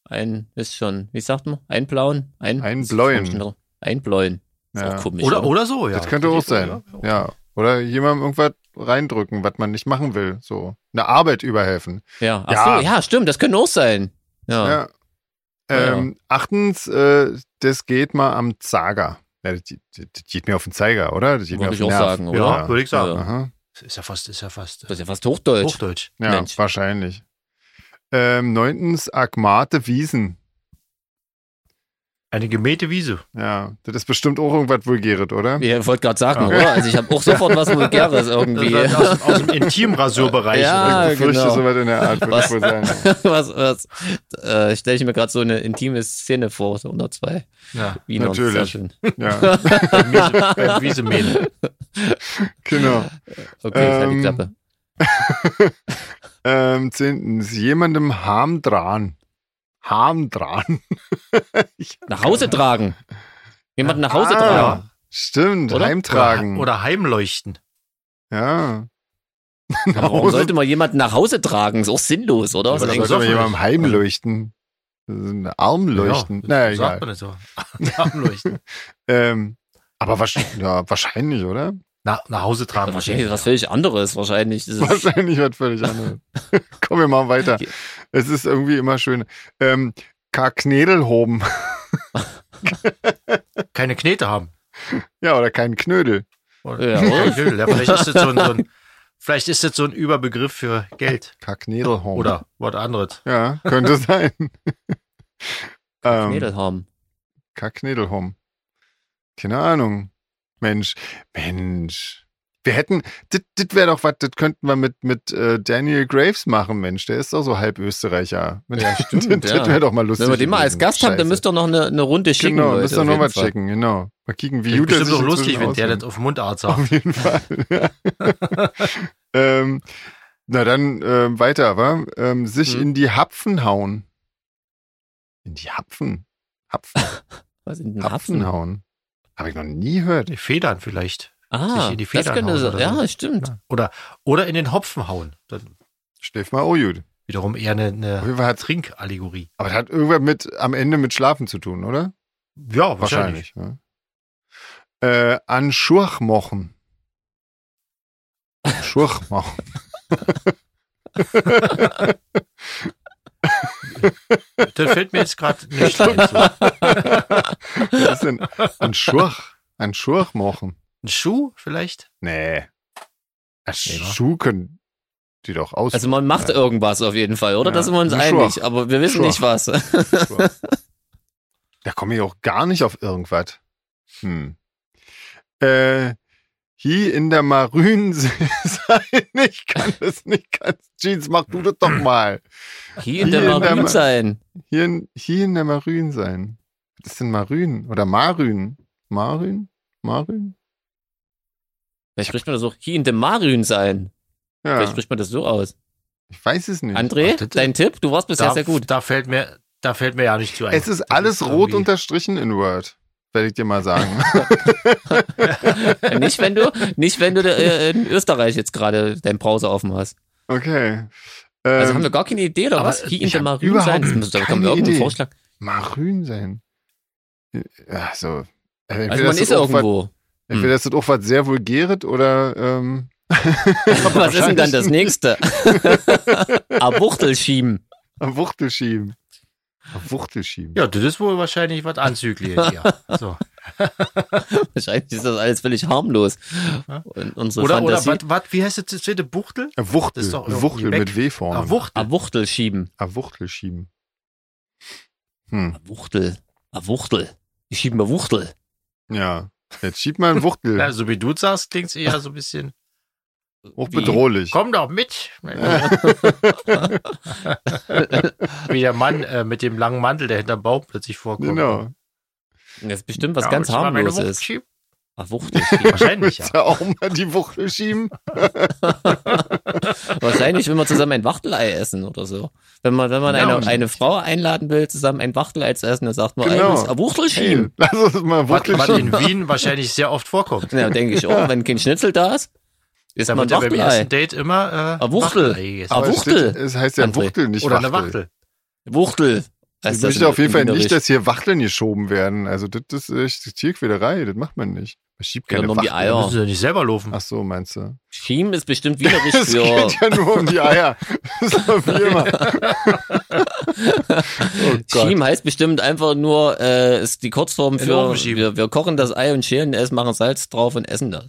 Speaker 3: ein, ist schon, wie sagt man? Einplauen? Ein,
Speaker 2: Einbläuen.
Speaker 3: ist schon- Einbläuen. Ist
Speaker 2: Ja.
Speaker 3: auch komisch. ne?
Speaker 1: Oder, oder so, ja.
Speaker 2: das könnte auch sein.
Speaker 1: Ja.
Speaker 2: Ja. Oder jemandem irgendwas reindrücken, was man nicht machen will. So. Eine Arbeit überhelfen.
Speaker 3: Ja, ach
Speaker 2: Ja.
Speaker 3: so, ja, stimmt, das könnte auch sein. Ja.
Speaker 2: Ja.
Speaker 3: Ah. Ja.
Speaker 2: Ähm, Achtens, äh, das geht mal am Zager. Ja, das, das, das geht mir auf den Zeiger, oder? Das geht mir
Speaker 3: Würde
Speaker 2: auf
Speaker 3: ich
Speaker 2: den
Speaker 3: auch
Speaker 2: Nerv.
Speaker 3: sagen, oder?
Speaker 1: Ja, würde ich sagen.
Speaker 3: Ja.
Speaker 2: Aha.
Speaker 1: Ist ja fast, ist ja fast.
Speaker 3: Das
Speaker 1: Äh,
Speaker 3: ist ja fast Hochdeutsch.
Speaker 1: Hochdeutsch.
Speaker 2: Ja,
Speaker 3: Mensch.
Speaker 2: wahrscheinlich. Ähm, neuntens, Agmate Wiesen.
Speaker 1: Eine gemähte Wiese.
Speaker 2: Ja, das ist bestimmt auch irgendwas Vulgäres, oder?
Speaker 3: Ja, wollte gerade sagen,
Speaker 2: Ja.
Speaker 3: oder? Also ich habe auch sofort was Vulgäres irgendwie.
Speaker 1: Das war Aus, aus dem Intimrasurbereich.
Speaker 3: Ja.
Speaker 2: ich befürchte,
Speaker 3: genau.
Speaker 2: sowas in der Art wird
Speaker 3: Was?
Speaker 2: wohl sein.
Speaker 3: was, was, äh, stelle ich mir gerade so eine intime Szene vor, so 102
Speaker 1: Ja.
Speaker 3: Wiener.
Speaker 2: Natürlich.
Speaker 3: Sehr schön.
Speaker 2: Ja,
Speaker 1: Beim Wiese, beim Wiesemähen.
Speaker 2: genau.
Speaker 3: Okay, ich halt die
Speaker 2: Ähm,
Speaker 3: Klappe.
Speaker 2: Ähm, zehntens, jemandem Harm dran. Harm dran.
Speaker 3: Nach Hause tragen. Jemanden nach Hause
Speaker 2: Ah,
Speaker 3: tragen.
Speaker 2: Stimmt,
Speaker 3: Oder?
Speaker 2: heimtragen.
Speaker 1: Oder, oder heimleuchten.
Speaker 2: ja.
Speaker 3: Aber warum
Speaker 2: Hause-
Speaker 3: sollte man jemanden nach Hause tragen? Ist auch sinnlos, oder?
Speaker 1: Oder
Speaker 3: Was
Speaker 2: Oder
Speaker 3: denkst
Speaker 2: sollte man
Speaker 1: Soffen-
Speaker 2: jemandem heimleuchten? Also ein Armleuchten.
Speaker 1: Ja,
Speaker 2: naja, egal.
Speaker 1: sagt man das so. Armleuchten.
Speaker 2: Ähm, aber wasch- ja, wahrscheinlich, oder?
Speaker 1: Na, nach Hause
Speaker 3: du?
Speaker 1: tragen.
Speaker 3: Wahrscheinlich ist was völlig anderes, wahrscheinlich. Das ist,
Speaker 2: Wahrscheinlich was völlig anderes. Komm, wir machen weiter.
Speaker 3: Hier.
Speaker 2: Es ist irgendwie immer schön. Ähm, Karknädel hoben.
Speaker 1: Keine Knete haben.
Speaker 2: Ja, oder keinen Knödel.
Speaker 1: Oder-
Speaker 3: ja, oder?
Speaker 1: Knödel. Ja, vielleicht ist das so ein, so ein Vielleicht ist das so ein Überbegriff für Geld
Speaker 2: Karknädel hoben.
Speaker 1: oder was anderes.
Speaker 2: Ja, könnte sein. ähm,
Speaker 3: Knädel haben.
Speaker 2: Karknädel hoben. Keine Ahnung. Mensch, Mensch. Wir hätten, das wäre doch was, das könnten wir mit, mit äh, Daniel Graves machen, Mensch. Der ist doch so halb Österreicher. Ja,
Speaker 3: stimmt,
Speaker 2: Das
Speaker 3: ja.
Speaker 2: wäre doch mal lustig.
Speaker 3: Wenn wir den mal als
Speaker 2: gewesen.
Speaker 3: Gast haben, dann
Speaker 2: Scheiße.
Speaker 3: müsst ihr noch eine, eine Runde schicken.
Speaker 2: Genau,
Speaker 3: Leute,
Speaker 2: müsst ihr
Speaker 3: auf
Speaker 2: noch
Speaker 3: jeden
Speaker 2: was
Speaker 3: Fall.
Speaker 2: schicken, genau. Mal kicken, wie
Speaker 1: Ist
Speaker 2: gut er
Speaker 1: bestimmt
Speaker 2: sich
Speaker 1: doch lustig,
Speaker 2: inzwischen
Speaker 1: wenn der
Speaker 2: auskennt.
Speaker 1: das auf den Mundarzt sagt.
Speaker 2: Auf jeden Fall. ja. ähm, na dann ähm, weiter, wa? Ähm, sich
Speaker 3: Hm.
Speaker 2: in die Hapfen hauen. In die Hapfen. Hapfen,
Speaker 3: Was in den
Speaker 2: Hapfen
Speaker 3: Hafen?
Speaker 2: hauen. Habe ich noch nie gehört.
Speaker 1: Die Federn vielleicht.
Speaker 3: Ah,
Speaker 1: Sich in die
Speaker 3: das
Speaker 1: Federn
Speaker 3: könnte
Speaker 1: hauen
Speaker 3: so,
Speaker 1: oder so.
Speaker 3: ja, stimmt.
Speaker 1: Ja. Oder, oder in den Hopfen hauen. Dann
Speaker 2: Steff mal Ojud.
Speaker 1: wiederum eher eine,
Speaker 2: Auf
Speaker 1: eine
Speaker 2: jeden Fall hat's,
Speaker 1: Trinkallegorie.
Speaker 2: aber das hat irgendwas mit am Ende mit Schlafen zu tun, oder?
Speaker 1: Ja, wahrscheinlich.
Speaker 2: Wahrscheinlich. ja. Äh, an Schurchmochen. Schurchmochen.
Speaker 1: Das fällt mir jetzt gerade nicht ein. So.
Speaker 2: Was ist denn? An Schurch. An Schurchmochen.
Speaker 1: Ein Schuh vielleicht?
Speaker 2: Nee. Ein
Speaker 1: Nee, wa?
Speaker 2: Schuh können die doch aus.
Speaker 3: Also man macht irgendwas auf jeden Fall, oder?
Speaker 2: Ja.
Speaker 3: Da sind wir uns
Speaker 2: Ein
Speaker 3: einig,
Speaker 2: Schurch.
Speaker 3: aber wir wissen
Speaker 2: Schurch.
Speaker 3: nicht was.
Speaker 2: Da komme ich auch gar nicht auf irgendwas. Hm. Äh, hier in der Marün sein. Ich kann das nicht ganz. Jeans, mach du das doch mal.
Speaker 3: Hier in der
Speaker 2: Hier in der
Speaker 3: Marine
Speaker 2: Ma-
Speaker 3: sein.
Speaker 2: Hier in, hier in der Marün sein. Was ist denn Marün? Oder Marün? Marün? Marün?
Speaker 3: Vielleicht spricht man das so, hier in der Marine sein. Vielleicht
Speaker 2: Ja,
Speaker 3: spricht man das so aus.
Speaker 2: ich weiß es nicht.
Speaker 3: André,
Speaker 1: Ach, das-
Speaker 3: dein Tipp? Du warst bisher
Speaker 1: Da,
Speaker 3: sehr gut.
Speaker 1: da fällt mir, da fällt mir ja nicht zu ein.
Speaker 2: Es ist
Speaker 1: Das
Speaker 2: alles rot
Speaker 1: irgendwie-
Speaker 2: unterstrichen in Word, werde ich dir mal sagen.
Speaker 3: Äh, nicht, wenn du, nicht, wenn du äh, in Österreich jetzt gerade deinen Browser offen hast.
Speaker 2: Okay.
Speaker 3: Also
Speaker 2: Ähm,
Speaker 3: haben wir gar keine Idee, oder
Speaker 1: aber
Speaker 3: was? Hier in
Speaker 2: ich
Speaker 3: der
Speaker 2: hab
Speaker 3: Marine
Speaker 2: überhaupt
Speaker 3: sein. Das muss doch
Speaker 2: keine
Speaker 3: kommen, irgendein
Speaker 2: Idee.
Speaker 3: Vorschlag.
Speaker 2: Marün sein. Äh, Also, also
Speaker 3: Also man ist
Speaker 1: Hm.
Speaker 3: irgendwo.
Speaker 2: Entweder ist das auch was sehr vulgäres oder ähm,
Speaker 3: Was ist denn dann das nächste? Ah, Abuchtel schieben.
Speaker 2: am Wuchtel schieben. Am Wuchtel schieben.
Speaker 1: Ja, das ist wohl wahrscheinlich was Anzügliches hier. So.
Speaker 3: Wahrscheinlich ist das alles völlig harmlos. Und unsere
Speaker 1: Oder, oder
Speaker 3: Fantasie.
Speaker 1: was, was, wie heißt das, das zweite Buchtel?
Speaker 2: Am Wuchtel.
Speaker 1: Das ist doch irgendwie
Speaker 2: Wuchtel
Speaker 1: weg.
Speaker 2: mit W vorne.
Speaker 1: Ah, Wuchtel.
Speaker 3: Abuchtel schieben.
Speaker 2: Am Wuchtel schieben. Hm,
Speaker 3: Ah, Wuchtel. Ah, Wuchtel. Ich schiebe mal Wuchtel.
Speaker 2: ja. Jetzt schiebt mal ein Wuchtel.
Speaker 1: Ja, so wie du sagst, klingt es eher so ein bisschen.
Speaker 2: auch bedrohlich.
Speaker 1: Komm doch mit! wie der Mann äh, mit dem langen Mantel, der hinterm Baum plötzlich vorkommt.
Speaker 2: Genau.
Speaker 3: Das ist bestimmt was
Speaker 1: Ja,
Speaker 3: ganz
Speaker 1: willst du mal meine
Speaker 3: harmlos
Speaker 1: Wucht
Speaker 3: ist.
Speaker 1: schieben?
Speaker 3: Wuchtel schieben.
Speaker 1: Wahrscheinlich, ja.
Speaker 2: Willst du auch mal die Wuchtel schieben?
Speaker 3: Wahrscheinlich will man zusammen ein Wachtelei essen oder so. Wenn man, wenn man
Speaker 1: Genau.
Speaker 3: eine, eine Frau einladen will, zusammen ein Wachtelei zu essen, dann sagt man,
Speaker 2: Genau.
Speaker 3: genau. ein Wuchtel
Speaker 2: Hey,
Speaker 3: schieben.
Speaker 2: lass uns mal
Speaker 1: Was,
Speaker 2: Wuchtel
Speaker 1: was
Speaker 2: schieben.
Speaker 1: in Wien wahrscheinlich sehr oft vorkommt.
Speaker 3: Ja, denke ich auch. Wenn kein Schnitzel da ist, ist
Speaker 1: Da
Speaker 3: man
Speaker 1: wird ja beim
Speaker 3: Wachtelei.
Speaker 1: ersten Date immer äh,
Speaker 3: Ah, Wuchtel.
Speaker 1: Wachtelei gegessen.
Speaker 3: Ah,
Speaker 2: Aber es
Speaker 3: Wuchtel.
Speaker 2: steht- Es heißt ja
Speaker 3: André.
Speaker 2: Wuchtel, nicht
Speaker 1: Oder eine
Speaker 2: Wachtel.
Speaker 1: Wachtel.
Speaker 3: Wuchtel.
Speaker 2: Ich
Speaker 3: heißt das
Speaker 2: möchte
Speaker 3: in-
Speaker 2: auf jeden
Speaker 3: in
Speaker 2: Fall nicht,
Speaker 3: Wienerisch.
Speaker 2: dass hier Wachteln geschoben werden. Also das, das ist Tierquälerei, das macht man nicht. Man schiebt
Speaker 3: Geht
Speaker 2: keine
Speaker 3: doch nur um die
Speaker 2: Wachteln.
Speaker 1: Da
Speaker 3: Eier.
Speaker 1: müssen sie nicht selber laufen.
Speaker 2: Ach so, meinst du?
Speaker 3: Schiem ist bestimmt wienerisch
Speaker 2: Es
Speaker 3: für
Speaker 2: geht ja nur um die Eier. Das ist doch wie immer. oh Gott.
Speaker 3: Schiem heißt bestimmt einfach nur, äh, ist die Kurzform
Speaker 1: In den
Speaker 3: für
Speaker 1: Ofen schieben.
Speaker 3: wir, wir kochen das Ei und schälen es, machen Salz drauf und essen das.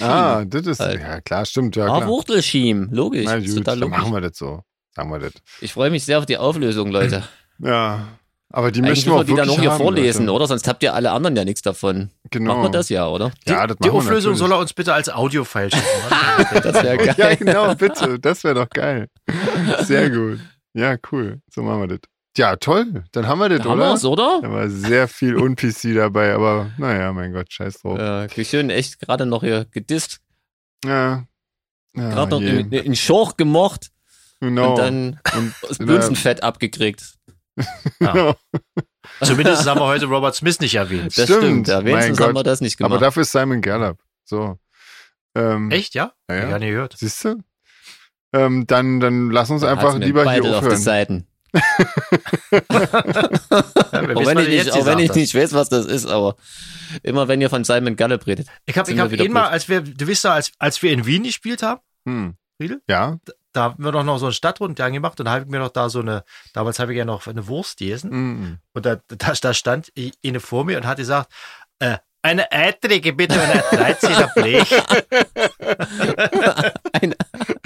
Speaker 2: Ah, das ist,
Speaker 3: Alter.
Speaker 2: ja klar, stimmt, ja
Speaker 3: Halt. ah,
Speaker 2: klar.
Speaker 3: Wuchtelschiem, logisch.
Speaker 2: Na
Speaker 3: ist
Speaker 2: gut,
Speaker 3: total
Speaker 2: dann
Speaker 3: logisch.
Speaker 2: machen wir das so. Sagen wir das.
Speaker 3: Ich freue mich sehr auf die Auflösung, Leute.
Speaker 2: Ja, aber die
Speaker 3: Eigentlich
Speaker 2: möchten
Speaker 3: müssen
Speaker 2: wir auch
Speaker 3: wir die dann
Speaker 2: wirklich
Speaker 3: auch hier
Speaker 2: haben,
Speaker 3: vorlesen,
Speaker 2: Leute.
Speaker 3: oder? Sonst habt ihr alle anderen ja nichts davon.
Speaker 2: Genau.
Speaker 3: Machen wir das ja, oder?
Speaker 1: Die,
Speaker 2: Ja, das
Speaker 1: die
Speaker 2: machen wir
Speaker 1: Auflösung
Speaker 2: natürlich.
Speaker 1: soll er uns bitte als Audio-File schicken.
Speaker 3: Das wäre geil.
Speaker 2: Ja, genau, bitte. Das wäre doch geil. Sehr gut. Ja, cool. So machen wir das. Ja, toll. Dann haben wir das,
Speaker 3: Da haben
Speaker 2: oder?
Speaker 3: wir's, oder?
Speaker 2: Da war sehr viel Un-PC dabei, aber naja, mein Gott, scheiß drauf. Ja.
Speaker 3: Ja, wie schön, echt gerade noch hier gedisst,
Speaker 2: ja.
Speaker 3: gerade noch
Speaker 2: Ah, je.
Speaker 3: in, in Schorch gemocht
Speaker 2: genau. ne
Speaker 3: und dann das
Speaker 2: na-
Speaker 3: Bünzenfett abgekriegt.
Speaker 2: genau.
Speaker 1: Zumindest haben wir heute Robert Smith nicht erwähnt.
Speaker 3: Das
Speaker 2: Stimmt,
Speaker 3: stimmt, ja, wenigstens
Speaker 2: mein
Speaker 3: haben wir
Speaker 2: Gott.
Speaker 3: das nicht
Speaker 2: Aber
Speaker 3: gemacht.
Speaker 2: dafür ist Simon Gallup. So. Ähm,
Speaker 1: Echt, Hm. ja?
Speaker 2: Ja, ja.
Speaker 1: Ich hab nicht gehört.
Speaker 2: Siehst du? Ähm, dann, dann lass uns
Speaker 3: Dann
Speaker 2: einfach
Speaker 3: hat's mir
Speaker 2: lieber hier
Speaker 3: beide auf die
Speaker 2: aufhören.
Speaker 3: Seiten.
Speaker 1: Ja, wer
Speaker 3: Auch
Speaker 1: weiß,
Speaker 3: wenn,
Speaker 1: was
Speaker 3: ich
Speaker 1: er
Speaker 3: nicht,
Speaker 1: jetzt
Speaker 3: auch wenn
Speaker 1: gesagt
Speaker 3: ich
Speaker 1: hat.
Speaker 3: nicht weiß, was das ist, aber immer wenn ihr von Simon Gallup redet.
Speaker 1: Ich habe
Speaker 3: Sind
Speaker 1: ich
Speaker 3: wir
Speaker 1: hab
Speaker 3: wieder
Speaker 1: ihn mal,
Speaker 3: gut.
Speaker 1: als wir, du weißt ja, als, als wir in Wien gespielt haben,
Speaker 2: Hm.
Speaker 1: Riedel?
Speaker 2: Ja.
Speaker 1: da haben wir doch noch so einen Stadtrundgang gemacht und da habe ich mir noch da so eine, damals habe ich ja noch eine Wurst gegessen
Speaker 2: Mhm.
Speaker 1: und da, da, da stand i- eine vor mir und hat gesagt, äh, eine eitrige bitte und ein 13er Blech,
Speaker 3: Ein,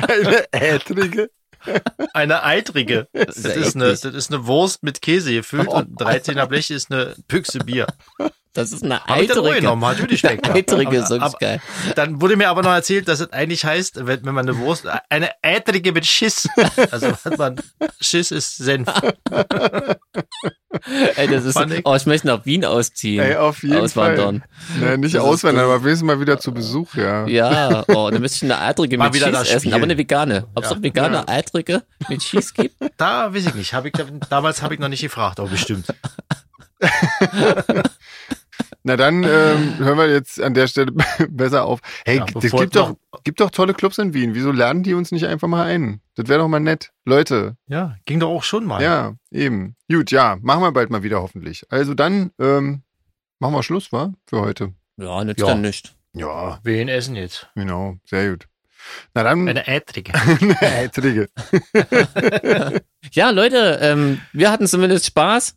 Speaker 2: Eine ätrige.
Speaker 1: eine eitrige. Das
Speaker 3: ist ja
Speaker 1: ist, eine, das
Speaker 3: eklig. Oh
Speaker 1: ist eine Wurst mit Käse gefüllt und ein 13er Blech ist eine Büchse Bier.
Speaker 3: das ist eine
Speaker 1: Hab ich dann
Speaker 3: eitrige.
Speaker 1: genommen, hat natürlich schmeckt.
Speaker 3: Eine
Speaker 1: ja.
Speaker 3: eitrige ist
Speaker 1: Aber-
Speaker 3: wirklich
Speaker 1: aber-
Speaker 3: geil.
Speaker 1: Dann wurde mir aber noch erzählt, dass es eigentlich heißt, wenn, wenn man eine Wurst, eine eitrige mit Schiss. Also hat man, Schiss ist Senf.
Speaker 3: Ey, das ist,
Speaker 1: Fand ich-
Speaker 3: oh, ich möchte nach Wien ausziehen.
Speaker 2: Ey, auf jeden
Speaker 3: auswandern.
Speaker 2: Fall. Naja, nicht
Speaker 3: Das ist-
Speaker 2: auswandern, aber wenigstens mal wieder zu Besuch, ja.
Speaker 3: Ja, oh, dann müsste ich eine eitrige
Speaker 1: Mal
Speaker 3: mit
Speaker 1: wieder
Speaker 3: Cheese
Speaker 1: das
Speaker 3: essen,
Speaker 1: Spiel.
Speaker 3: aber eine vegane. Ob es
Speaker 1: Ja.
Speaker 3: auch vegane eitrige mit Cheese gibt?
Speaker 1: Da weiß ich nicht. Hab ich, damals habe ich noch nicht gefragt, aber bestimmt.
Speaker 2: Na dann ähm, hören wir jetzt an der Stelle besser auf. Hey,
Speaker 1: Ja,
Speaker 2: es
Speaker 1: bevor
Speaker 2: gibt
Speaker 1: es
Speaker 2: doch, gibt doch tolle Clubs in Wien. Wieso laden die uns nicht einfach mal ein? Das wäre doch mal nett. Leute,
Speaker 1: Ja, ging doch auch schon mal.
Speaker 2: ja, eben. Gut, ja, machen wir bald mal wieder hoffentlich. Also dann ähm, machen wir Schluss, wa? Für heute.
Speaker 3: Ja, nützt
Speaker 1: Ja.
Speaker 3: dann nicht.
Speaker 2: Ja,
Speaker 1: Wir gehen essen jetzt.
Speaker 2: genau, sehr gut. Na dann,
Speaker 1: Eine Ätrige.
Speaker 2: Eitrige.
Speaker 3: Ja, Leute, ähm, wir hatten zumindest Spaß.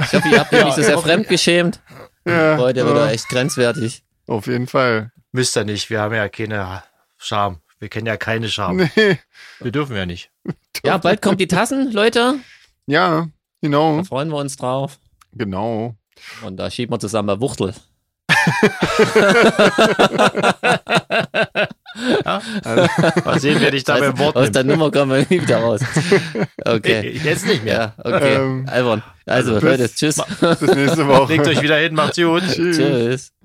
Speaker 3: Ich hoffe, ihr habt euch nicht so sehr fremdgeschämt.
Speaker 2: Ja,
Speaker 3: Heute
Speaker 2: ja,
Speaker 3: wieder echt grenzwertig.
Speaker 2: Auf jeden Fall.
Speaker 1: Müsst ihr nicht. Wir haben ja keine Scham. Wir kennen ja keine Scham.
Speaker 2: Nee.
Speaker 1: Wir dürfen ja nicht.
Speaker 3: Ja, bald kommt die Tassen, Leute.
Speaker 2: Ja, genau,
Speaker 3: Da freuen wir uns drauf.
Speaker 2: genau.
Speaker 3: Und da schieben wir zusammen eine Wuchtel.
Speaker 1: Mal sehen, wer dich da beim Wort
Speaker 3: Aus der
Speaker 1: nimmt.
Speaker 3: Nummer kommen wir nie wieder raus. Okay.
Speaker 1: Jetzt nicht mehr.
Speaker 3: Ja, okay.
Speaker 2: Ähm,
Speaker 3: Albern. Also,
Speaker 2: also bis-
Speaker 3: Leute, tschüss.
Speaker 2: Bis nächste Woche.
Speaker 1: Legt euch wieder hin. Macht's gut.
Speaker 2: Tschüss.
Speaker 3: Tschüss.